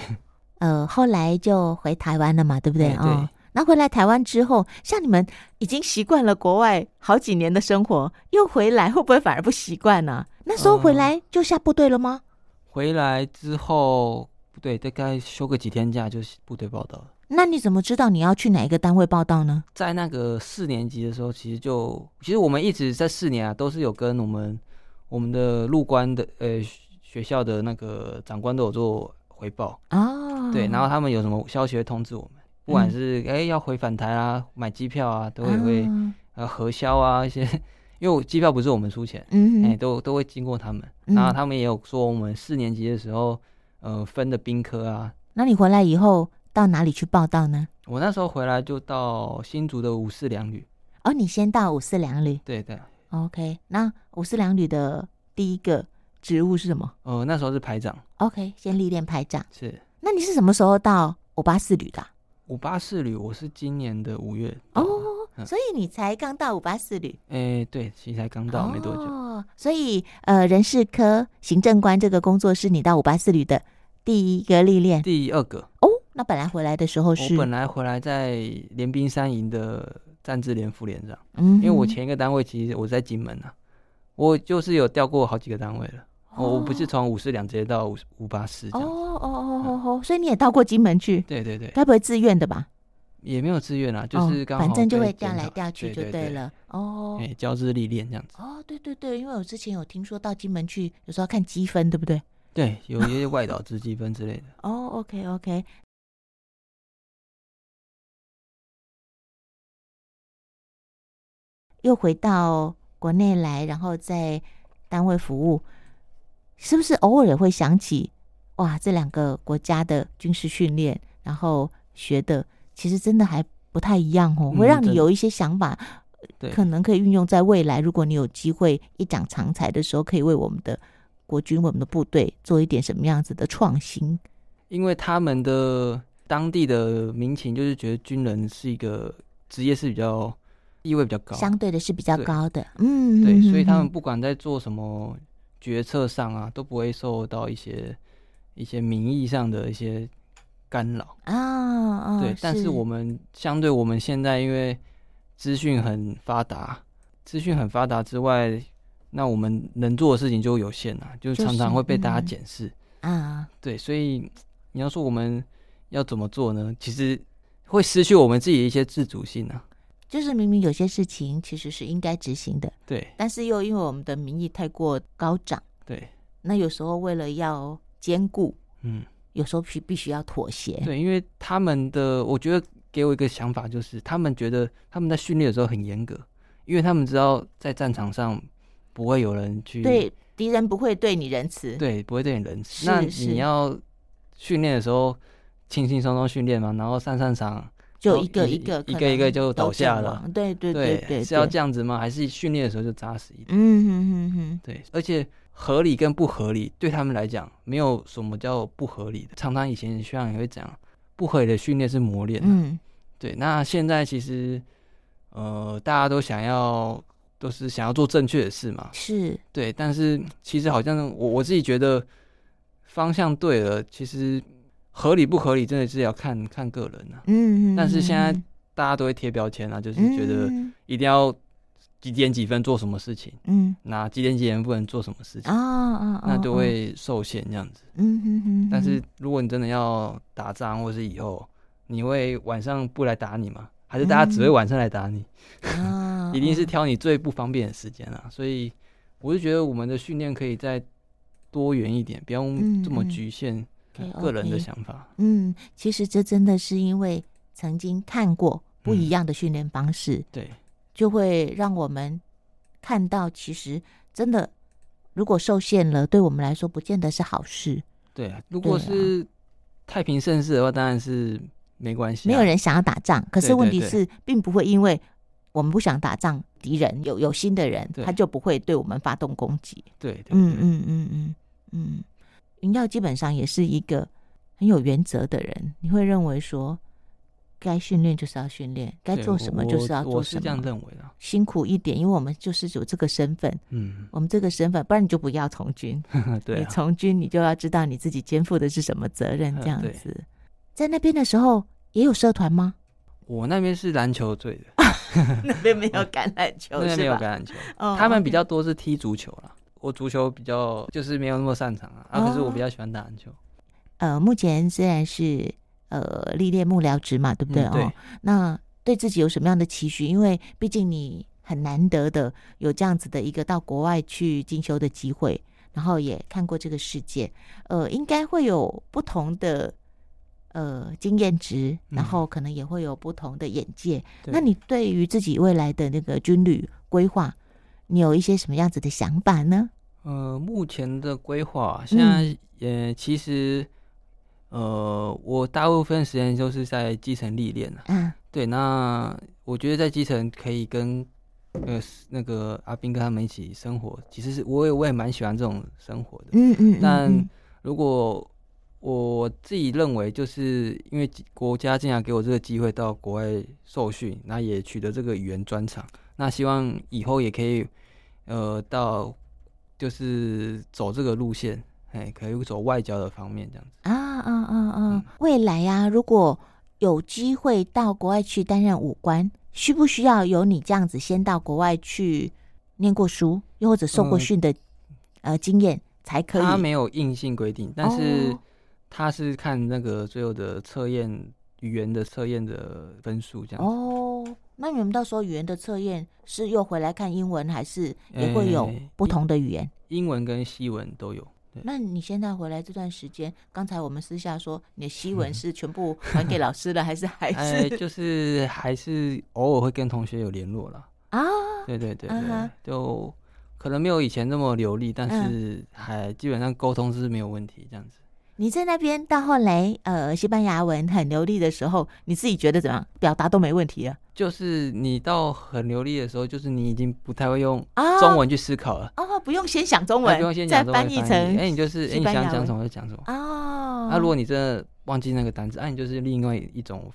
A: 呃，后来就回台湾了嘛，对不对
B: 哎
A: 啊、
B: 对
A: 哦那回来台湾之后，像你们已经习惯了国外好几年的生活，又回来会不会反而不习惯呢、那时候回
B: 嗯
A: 来就下部队了吗？
B: 回来之后，不对，大概休个几天假就部队报道了。
A: 那你怎么知道你要去哪一个单位报道呢？
B: 在那个四年级的时候，其实就其实我们一直在四年啊，都是有跟我们我们的入关的呃学校的那个长官都有做回报，
A: 哦，
B: 对，然后他们有什么消息会通知我们，不管是哎、要回返台啊、买机票啊，都会会
A: 嗯啊
B: 呃核销啊一些，因为我机票不是我们出钱，
A: 嗯
B: 哎、
A: 哼
B: 都都会经过他们。
A: 嗯
B: 然后他们也有说，我们四年级的时候，呃，分的兵科啊，
A: 那你回来以后到哪里去报道呢？
B: 我那时候回来就到新竹的五四两旅，
A: 哦，你先到五四两旅
B: 对对，
A: ，OK。那五四两旅的第一个职务是什么
B: 呃，那时候是排长，
A: ？OK，先历练排长。
B: 是
A: 那你是什么时候到五八四旅的啊、
B: 五八四旅，我是今年的五月到的，
A: 哦，
B: 嗯
A: 所以你才刚到五八四旅，
B: 哎、对，其实才刚到没多久，
A: 哦，所以呃，人事科行政官这个工作是你到五八四旅的第一个历练
B: 第二个，
A: 哦。那本来回来的时候是
B: 我，本来回来在联兵三营的战志连副连长，
A: 嗯哼，
B: 因为我前一个单位其实我在金门啊，我就是有调过好几个单位了，我我不是从五四两直接到五五八四这
A: 哦
B: 样，
A: 哦哦哦哦，所以你也到过金门去，
B: 对对对。
A: 该不会自愿的吧？
B: 也没有自愿啦，就是
A: 哦
B: 刚好、
A: 反正就会调来调去就
B: 对
A: 对
B: 对
A: 了。哦
B: 哎、交织历练这样子。
A: 哦，对对对，因为我之前有听说到金门去，有时候要看积分，对不对？
B: 对，有一些外岛之积分之类的。
A: 哦，OK OK，又回到国内来，然后在单位服务，是不是偶尔也会想起哇，这两个国家的军事训练，然后学的其实真的还不太一样哦，
B: 嗯
A: 会让你
B: 真的
A: 有一些想法，
B: 对，
A: 可能可以运用在未来，如果你有机会一展长才的时候，可以为我们的国军、我们的部队做一点什么样子的创新。
B: 因为他们的当地的民情就是觉得军人是一个职业是比较地位比较高，
A: 相对的是比较
B: 对
A: 高的，嗯，
B: 对，所以他
A: 嗯
B: 们不管在做什么决策上啊，都不会受到一些一些名义上的一些干扰。
A: 嗯啊啊，
B: 对，但是我们相对我们现在因为资讯很发达，资讯很发达之外，那我们能做的事情就有限啊，就
A: 就是
B: 常常会被大家
A: 嗯
B: 检视。
A: 啊，
B: 对，所以你要说我们要怎么做呢？其实会失去我们自己的一些自主性啊。
A: 就是明明有些事情其实是应该执行的，
B: 对
A: 但是又因为我们的民意太过高涨，
B: 对，
A: 那有时候为了要兼顾，
B: 嗯，
A: 有时候必必须要妥协。
B: 对，因为他们的，我觉得给我一个想法，就是他们觉得他们在训练的时候很严格，因为他们知道在战场上不会有人去
A: 对，敌人不会对你仁慈，
B: 对，不会对你仁
A: 是
B: 慈。那
A: 是
B: 你要训练的时候，轻轻松松训练嘛，然后上上场，
A: 就
B: 都
A: 一个
B: 一
A: 一个
B: 一
A: 可
B: 个一个
A: 能
B: 就
A: 都
B: 倒下
A: 阵
B: 了
A: 亡。对对对
B: 对，
A: 对，
B: 是要
A: 对
B: 这样子吗？还是训练的时候就扎实一点？
A: 嗯哼哼哼，
B: 对，而且合理跟不合理对他们来讲没有什么叫不合理的。常常以前学长也会讲，不合理的训练是磨练啊、
A: 嗯，
B: 对，那现在其实呃大家都想要都是想要做正确的事嘛，
A: 是
B: 对，但是其实好像我我自己觉得方向对了，其实合理不合理真的是要看看个人啊。
A: 嗯，
B: 但是现在
A: 嗯
B: 大家都会贴标签啊，就是
A: 嗯
B: 觉得
A: 嗯
B: 一定要几点几分做什么事情，
A: 嗯
B: 那几点几分不能做什么事情，
A: 啊啊，
B: 嗯那就
A: 哦，
B: 会受限这样子。
A: 嗯哼哼，
B: 但是如果你真的要打仗，或是以后你会晚上不来打你吗？还是大家
A: 嗯
B: 只会晚上来打你？
A: 啊，
B: 一定是
A: 哦
B: 挑你最不方便的时间啊。所以我就觉得我们的训练可以再多元一点，
A: 嗯
B: 不用这么
A: 嗯
B: 局限
A: OK，
B: 个人的
A: OK
B: 想法。
A: 嗯，其实这真的是因为曾经看过不一样的训练方式，
B: 嗯对，
A: 就会让我们看到，其实真的如果受限了，对我们来说不见得是好事。
B: 对啊，如果
A: 对啊
B: 是太平盛世的话，当然是没关系、啊，
A: 没有人想要打仗，可是
B: 对对
A: 问题
B: 对
A: 是，并不会因为我们不想打仗，敌人有有新的人，
B: 对
A: 他就不会对我们发动攻击。
B: 对对对
A: 嗯嗯嗯嗯嗯，云耀基本上也是一个很有原则的人，你会认为说，该训练就是要训练，该
B: 对
A: 做
B: 我
A: 什么就是要
B: 我
A: 做
B: 我
A: 什
B: 是这样
A: 么。
B: 认为的。啊
A: 辛苦一点，因为我们就是有这个身份，
B: 嗯，
A: 我们这个身份，不然你就不要从军。
B: 对
A: 你
B: 啊，
A: 从军，你就要知道你自己肩负的是什么责任，
B: 嗯
A: 这样
B: 对
A: 子。在那边的时候也有社团 吗？
B: 我那边是篮球队的，
A: 那边没有橄榄球
B: 嗯那边没
A: 是
B: 有
A: 吧？
B: 橄榄球，
A: 哦
B: 他们比
A: OK
B: 较多是踢足球啦。我足球比较就是没有那么擅长啊，啊，可是我比
A: 哦
B: 较喜欢打篮球。
A: 呃，目前虽然是呃历练幕僚职嘛，对不对、
B: 嗯对
A: 哦？那对自己有什么样的期许？因为毕竟你很难得的有这样子的一个到国外去进修的机会，然后也看过这个世界，呃，应该会有不同的呃经验值，然
B: 嗯
A: 后可能也会有不同的眼界。
B: 对
A: 那你对于自己未来的那个军旅规划，你有一些什么样子的想法呢？
B: 呃，目前的规划啊
A: 嗯
B: 现在呃，其实呃，我大部分时间就是在基层历练啊。
A: 啊，
B: 对，那我觉得在基层可以跟呃那个阿斌跟他们一起生活，其实是我也我也蛮喜欢这种生活的。
A: 嗯嗯，嗯
B: 但
A: 嗯
B: 如果我自己认为，就是因为国家竟然给我这个机会到国外受训，那也取得这个语言专长，那希望以后也可以，呃，到就是走这个路线，哎，可以走外交的方面这样子。
A: 啊啊啊啊
B: 嗯！
A: 未来呀、如果有机会到国外去担任武官，需不需要有你这样子先到国外去念过书，又或者受过
B: 嗯
A: 训的、呃经验才可以？
B: 他没有硬性规定，但是
A: 哦
B: 他是看那个最后的测验语言的测验的分数这样子。
A: 哦，那你们到时候语言的测验是又回来看英文，还是也会有
B: 哎
A: 不同的语言？
B: 英文跟西文都有。对
A: 那你现在回来这段时间，刚才我们私下说，你的西文是全部还给老师了，还是还
B: 哎，
A: 是
B: 就是还是偶尔会跟同学有联络啦。
A: 啊？
B: 对对对对，
A: 嗯哼
B: 就可能没有以前那么流利，但
A: 嗯
B: 是还基本上沟通是没有问题这样子。
A: 你在那边到后来，呃，西班牙文很流利的时候，你自己觉得怎么样？表达都没问题啊？
B: 就是你到很流利的时候，就是你已经不太会用
A: 啊，
B: 中文去思考了，
A: 哦，不用先想中
B: 那
A: 文，
B: 不用先
A: 再
B: 讲中文
A: 翻
B: 译
A: 成
B: 哎、你就是哎、
A: 西
B: 你
A: 班牙
B: 想讲
A: 文
B: 什么就讲什么。啊
A: 哦。
B: 那如果你真的忘记那个单词，啊那、你就是另外一种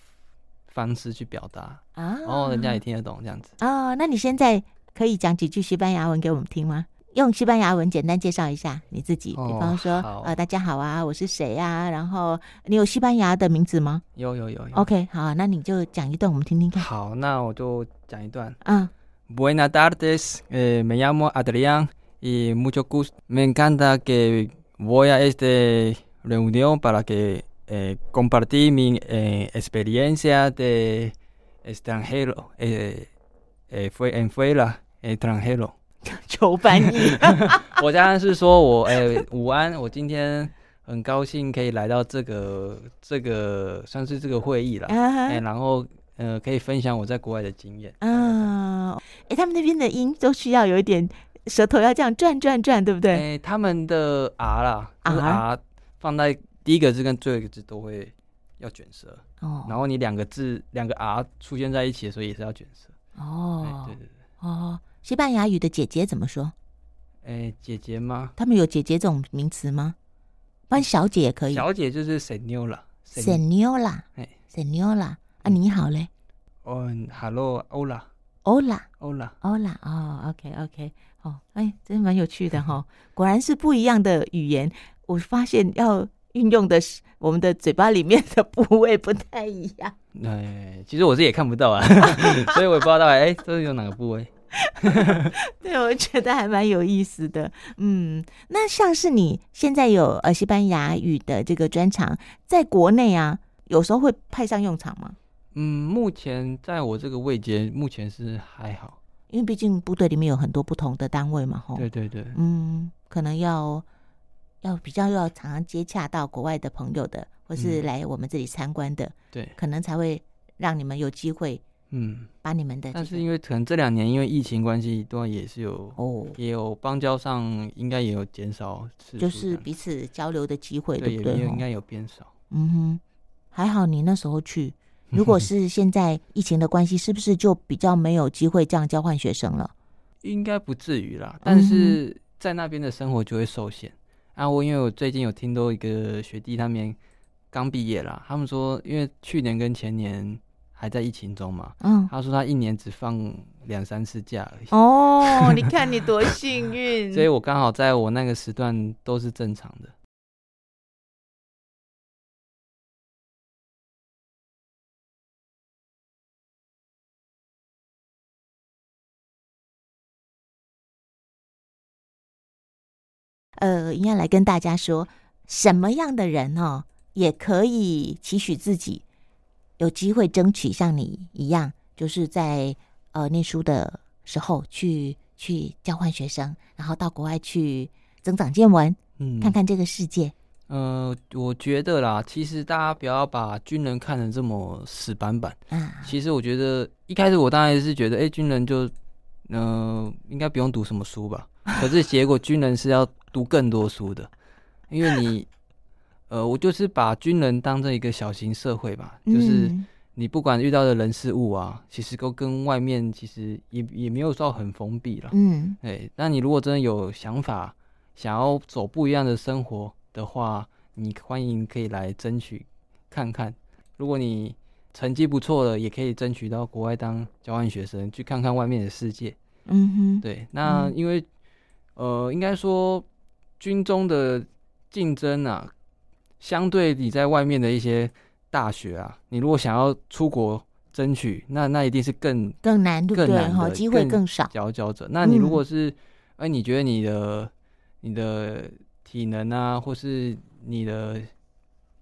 B: 方式去表达，
A: 啊，
B: 然后哎哦人家也听得懂这样子。
A: 哦，那你现在可以讲几句西班牙文给我们听吗？用西班牙文简单介绍一下你自己，比
B: 哦
A: 方说，
B: 好
A: 呃，大家好啊，我是谁啊？然后你有西班牙的名字吗
B: 有有有有。
A: ？OK，好，那你就讲一段我们听听看。
B: 好，那我就讲一段。
A: 嗯
B: Buenas tardes, eh, me llamo Adrián y mucho gusto. Me encanta que voy a esta reunión para que eh, compartir mi eh, experiencia de extranjero, eh, eh, fue en fuera extranjero.
A: 求翻译。 啊
B: 我当然是说我哎，午安，我今天很高兴可以来到这个这个算是这个会议了，哎、
A: 啊
B: 然后呃可以分享我在国外的经验。
A: 啊，哎，他们那边的音都需要有一点舌头要这样转转转，对不对？
B: 哎、他们的 R 啦，就是
A: R
B: R 放在第一个字跟最后一个字都会要卷舌，然
A: 哦
B: 后你两个字两个 R 出现在一起的时候也是要卷舌。哎、
A: 哦
B: 对对对，
A: 哦，西班牙语的姐姐怎么说？
B: 哎，姐姐吗？
A: 他们有姐姐这种名词吗？不然小姐也可以。
B: 小姐就是神妞了，神
A: Senora，
B: 哎
A: Senora 啊，你好嘞
B: 嗯，Hello，欧啦，
A: ，Hola
B: 欧啦，
A: Hola 哦，OK OK，哦，哎，真蛮有趣 的哈、果然是不一样的语言。我发现要运用的是我们的嘴巴里面的部位不太一样。
B: 哎，其实我自己也看 不到啊，所以我也不知道哎，这是有哪个部位。
A: 对，我觉得还蛮有意思的。嗯，那像是你现在有呃西班牙语的这个专长，在国内啊，有时候会派上用场吗？
B: 嗯，目前在我这个位阶，目前是还好。
A: 因为毕竟部队里面有很多不同的单位嘛，吼。
B: 对对对，
A: 嗯，可能要要比较要常常接洽到国外的朋友的，或是
B: 嗯
A: 来我们这里参观的，
B: 对
A: 可能才会让你们有机会
B: 嗯，
A: 把你们的、这
B: 但是
A: 个
B: 因为可能这两年因为疫情关系，都也是有
A: 哦，
B: 也有邦交上应该也有减少次数这
A: 就
B: 样，
A: 是彼此交流的机会，
B: 对
A: 对
B: 也
A: 不
B: 也
A: 对？哦
B: 应
A: 吼
B: 该有变少。
A: 嗯哼，还好你那时候去。
B: 嗯
A: 如果是现在疫情的关系，是不是就比较没有机会这样交换学生了？
B: 应该不至于
A: 嗯
B: 啦，但是在那边的生活就会受限。啊，我因为我最近有听到一个学弟他们刚毕业啦，他们说因为去年跟前年还在疫情中嘛，
A: 嗯，
B: 他说他一年只放两三次假而已。
A: 哦，你看你多幸运
B: 所以我刚好在我那个时段都是正常的。
A: 呃，应该来跟大家说，什么样的人哦，也可以期许自己有机会争取像你一样，就是在呃念书的时候去去交换学生，然后到国外去增长见闻，
B: 嗯，
A: 看看这个世界。
B: 呃，我觉得啦，其实大家不要把军人看得这么死板板。
A: 啊，
B: 其实我觉得一开始我当然是觉得，哎、军人就，呃，应该不用读什么书吧。可是结果军人是要读更多书的，因为你，呃，我就是把军人当成一个小型社会吧，就是
A: 嗯
B: 你不管遇到的人事物啊，其实都跟外面其实也也没有到很封闭啦。
A: 嗯
B: 哎，那你如果真的有想法，想要走不一样的生活的话，你欢迎可以来争取看看。如果你成绩不错了，也可以争取到国外当交换学生，去看看外面的世界。
A: 嗯哼，
B: 对，那
A: 嗯
B: 因为、呃，应该说军中的竞争啊，相对你在外面的一些大学啊，你如果想要出国争取，那那一定是更
A: 更难，对不
B: 更
A: 对？
B: 难
A: 哈，
B: 的
A: 机会
B: 更
A: 更少。
B: 佼佼者。那你如
A: 嗯
B: 果是，哎、你觉得你的你的体能啊，或是你的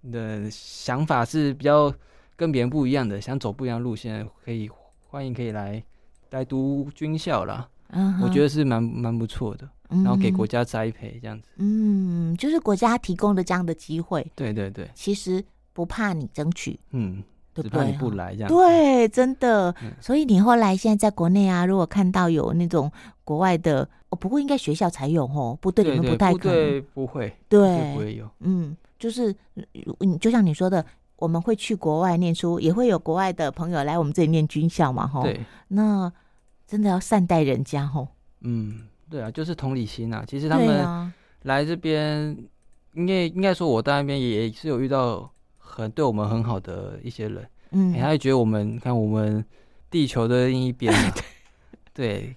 B: 你的想法是比较跟别人不一样的，想走不一样的路线，可以欢迎可以来来读军校啦，
A: 嗯，
B: 我觉，得是蛮蛮不错的。
A: 然
B: 然后给国，家栽培这样子，
A: 嗯，就是国家提供的这样的机会，
B: 对对对，
A: 其实不怕你争取，
B: 嗯，
A: 对
B: 只
A: 不
B: 怕
A: 对？
B: 你不
A: 哈
B: 来这样子。
A: 对，真的
B: 嗯。
A: 所以你后来现在在国内啊，如果看到有那种国外的，哦，不过应该学校才有哦，部队里
B: 对
A: 面
B: 对，
A: 不太
B: 部
A: 可能。
B: 队不会，
A: 对
B: 不会有，
A: 嗯，就是嗯，就像你说的，我们会去国外念书，也会有国外的朋友来我们这里念军校嘛，吼。
B: 对，
A: 那真的要善待人家，吼。
B: 嗯，对啊，就是同理心啊。其实他
A: 对
B: 们
A: 啊，
B: 来这边，应该应该说，我在那边也是有遇到很对我们很好的一些人，
A: 嗯
B: 哎，他会觉得我们看我们地球的另一边、 啊，对，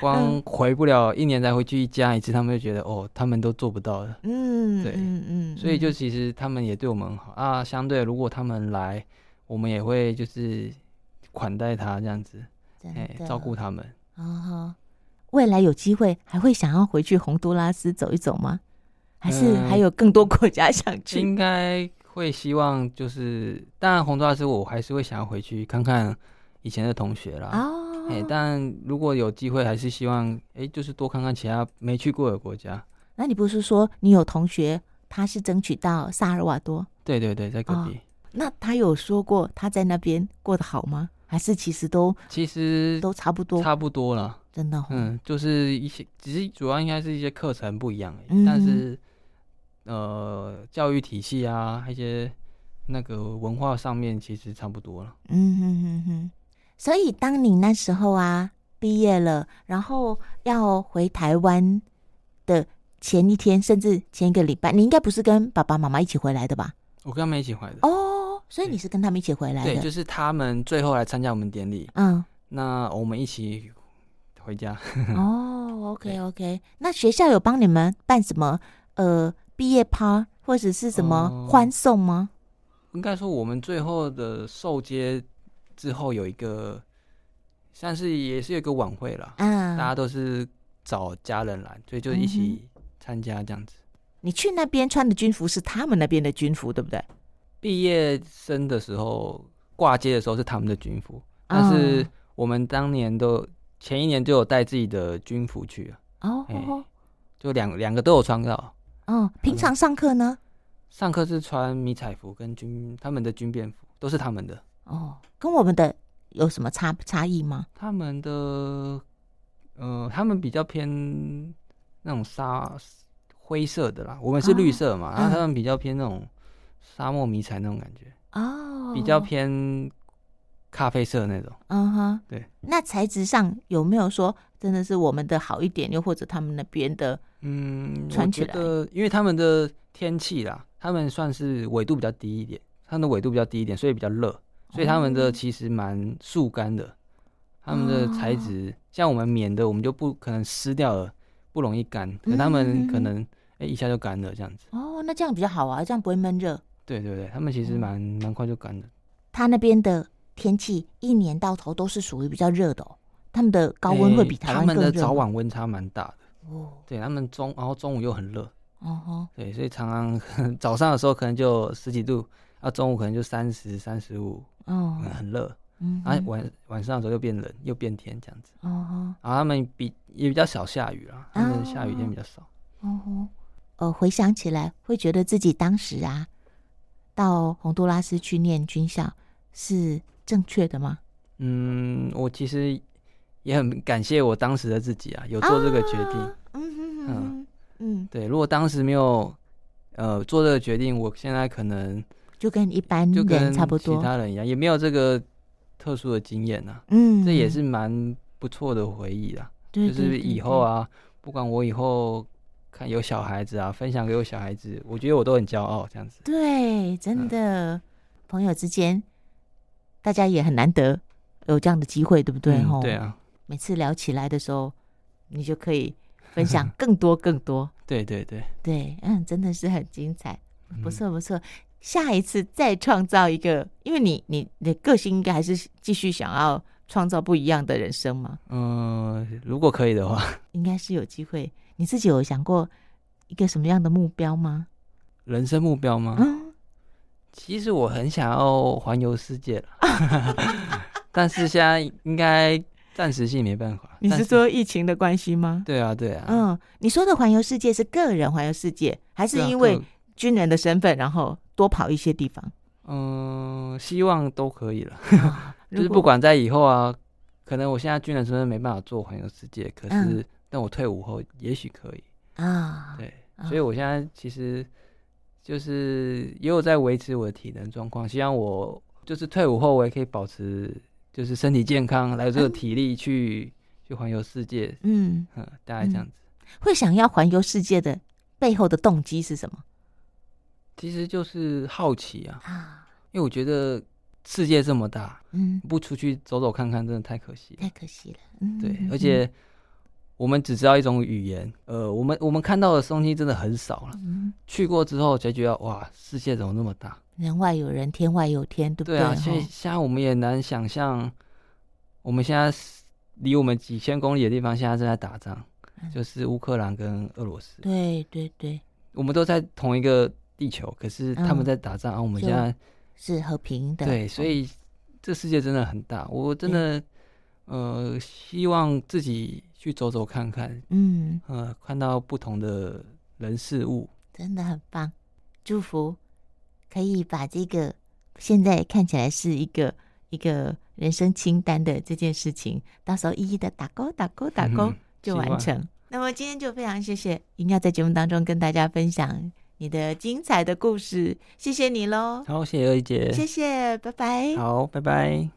B: 光回不了一年才回去一家一次，他们就觉得哦，他们都做不到的，
A: 嗯，
B: 对
A: 嗯嗯，
B: 所以就
A: 嗯
B: 其实他们也对我们很好啊。相对如果他们来，我们也会就是款待他这样子，哎
A: 真的，
B: 照顾他们。
A: 啊哈。未来有机会还会想要回去洪都拉斯走一走吗？还是
B: 呃
A: 还有更多国家想去？
B: 应该会希望就是，当然红抓师我还是会想要回去看看以前的同学啦。
A: 哦，
B: 哎、但如果有机会，还是希望哎、就是多看看其他没去过的国家。
A: 那你不是说你有同学他是争取到萨尔瓦多？
B: 对对对，在隔
A: 哦
B: 壁。
A: 那他有说过他在那边过得好吗？还是其实都
B: 其实
A: 都差不多？
B: 差不多了，
A: 真的、哦，
B: 嗯，就是一些，只是主要应该是一些课程不一样而已、
A: 嗯
B: 但是呃，教育体系啊，一些那个文化上面其实差不多了。
A: 嗯哼哼哼。所以当你那时候啊毕业了，然后要回台湾的前一天，甚至前一个礼拜，你应该不是跟爸爸妈妈一起回来的吧？
B: 我跟他们一起回来的。
A: 哦，所以你是跟他们一起回来
B: 对，
A: 的。
B: 就是他们最后来参加我们典礼，
A: 嗯，
B: 那我们一起回家。
A: 哦，OK OK，那学校有帮你们办什么呃毕业趴或者是什么
B: 哦
A: 欢送吗？
B: 应该说我们最后的受接之后有一个，算是也是有一个晚会啦，哦大
A: 啊，
B: 家都是找家人来，所以就一起参加这样子。
A: 你去那边穿的军服是他们那边的军服，对不对？
B: 毕业生的时候挂街的时候是他们的军服，但
A: 嗯
B: 是我们当年都前一年就有带自己的军服去啊，
A: 哦
B: 哎
A: 哦
B: 就两两个都有穿到。
A: 哦，平常上课呢？
B: 上课是穿迷彩服跟军他们的军便服，都是他们的。
A: 哦，跟我们的有什么差差异吗？
B: 他们的呃，他们比较偏那种沙灰色的啦，我们是绿色嘛，
A: 啊
B: 然后他们比较偏那种沙漠迷彩那种感觉，
A: 哦，
B: 比较偏咖啡色那种。
A: 嗯哼，
B: 对。
A: 那材质上有没有说真的是我们的好一点，又或者他们那边的？
B: 嗯，
A: 穿
B: 我
A: 起
B: 觉得因为他们的天气啦，他们算是纬度比较低一点，他们的纬度比较低一点，所以比较热，所以他们的其实蛮速干的，他们的材
A: 哦哦
B: 质、像我们棉的，我们就不可能湿掉了，不容易干，可他们
A: 嗯
B: 可
A: 嗯嗯嗯
B: 能哎、一下就干了这样子。
A: 哦，那这样比较好啊，这样不会闷热。
B: 对对对，他们其实
A: 嗯
B: 蛮蛮快就干的，
A: 他那边的天气一年到头都是属于比较热的哦，他们的高温
B: 哎
A: 会比台
B: 他
A: 湾
B: 们
A: 更热吗。
B: 的早晚温差蛮大的，
A: 哦，
B: 对他们中然后中午又很热，
A: 哦吼，
B: 对，所以常常 早上的时候可能就十几度，啊中午可能就三十三十五，
A: 哦，
B: 嗯很热。
A: 嗯
B: 啊，
A: 哼，
B: 晚晚上的时候又变冷，又变天这样子。
A: 哦
B: 然后他们比也比较少下雨啦，他们下雨天比较少。
A: 吼，哦吼，呃，回想起来会觉得自己当时啊，到洪都拉斯去念军校是正确的吗？
B: 嗯，我其实也很感谢我当时的自己啊，有做这个决定。
A: 啊嗯哼哼哼，嗯，
B: 对，如果当时没有呃做这个决定，我现在可能
A: 就跟一般
B: 就跟
A: 人差不
B: 其
A: 多，
B: 他人一样，也没有这个特殊的经验啊。
A: 嗯，
B: 这也是蛮不错的回忆啦，
A: 对，
B: 就
A: 对
B: 是以后，啊，不管我以后看有小孩子啊，分享给我小孩子，我觉得我都很骄傲这样子。
A: 对对，
B: 嗯
A: 真的，朋友之间，大家也很难得有这样的机会，对不对？
B: 嗯
A: 吼
B: 对啊，
A: 每次聊起来的时候，你就可以分 享更多更多。
B: 对对对，
A: 对，嗯，真的是很精彩，
B: 嗯
A: 不错不错。下一次再创造一个，因为你你你的个性应该还是继续想要创造不一样的人生嘛，
B: 嗯，如果可以的话，
A: 应该是有机会。你自己有想过一个什么样的目标吗？
B: 人生目标 吗？
A: 嗯，
B: 其实我很想要环游世界了， 但是现在应该暂时性没办法。
A: 你
B: 但
A: 是说疫情的关系吗？
B: 对啊，对啊，
A: 嗯，你说的环游世界是个人环游世界，还
B: 对
A: 是
B: 啊，
A: 因为
B: 各
A: 军人的身份，然后多跑一些地方？
B: 嗯、希望都可以了，就
A: 如
B: 是
A: 果
B: 不管在以后啊，可能我现在军人身份没办法做环游世界，可是、
A: 嗯
B: 但我退伍后也许可以。
A: 啊，
B: 对，
A: 啊
B: 所以我现在其实就是也有在维持我的体能状况，希望我就是退伍后我也可以保持就是身体健康，来有这个
A: 嗯
B: 体力去、去环游世界，
A: 嗯，
B: 嗯，大概这样子。
A: 会想要环游世界的背后的动机是什么
B: 其实就是好奇啊，
A: 啊？
B: 因为我觉得世界这么大，
A: 嗯，
B: 不出去走走看看真的太可惜了。
A: 太可惜了。嗯，
B: 对
A: 嗯，
B: 而且我们只知道一种语言，呃，我们我们看到的东西真的很少了。
A: 嗯，
B: 去过之后才觉得哇，世界怎么那么大？
A: 人外有人，天外有天，对不
B: 对
A: 对哦
B: 啊，所
A: 吼
B: 以现在我们也难想象，我们现在是离我们几千公里的地方，现在正在打仗，
A: 嗯
B: 就是乌克兰跟俄罗斯，
A: 对对对，
B: 我们都在同一个地球，可是他们
A: 嗯
B: 在打仗，啊，我们
A: 就
B: 现在
A: 是和平的。
B: 对，所以这世界真的很大，我真的呃希望自己去走走看看，
A: 嗯，
B: 呃，看到不同的人事物，
A: 真的很棒，祝福可以把这个现在看起来是一个一个人生清单的这件事情，到时候一一的打勾打勾打勾
B: 嗯
A: 就
B: 希
A: 完
B: 望
A: 成。那么今天就非常谢谢莹要在节目当中跟大家分享你的精彩的故事，谢谢你喽，
B: 好，谢谢二姐，
A: 谢谢，拜拜。
B: 好，拜拜。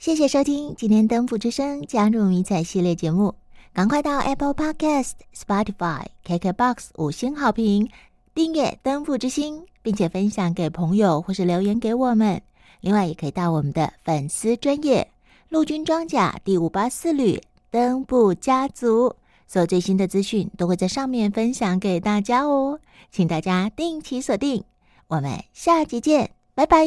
E: 谢谢收听今天《登富之声》加入迷彩系列节目。
A: 赶快到 Apple Podcast、Spotify、KKBox 五星好评，订阅“登富之星”，并且分享给朋友或是留言给我们。另外，也可以到我们的粉丝专业陆军装甲第五八四旅登部家族，所有最新的资讯都会在上面分享给大家哦，请大家定期锁定。我们下集见，拜拜。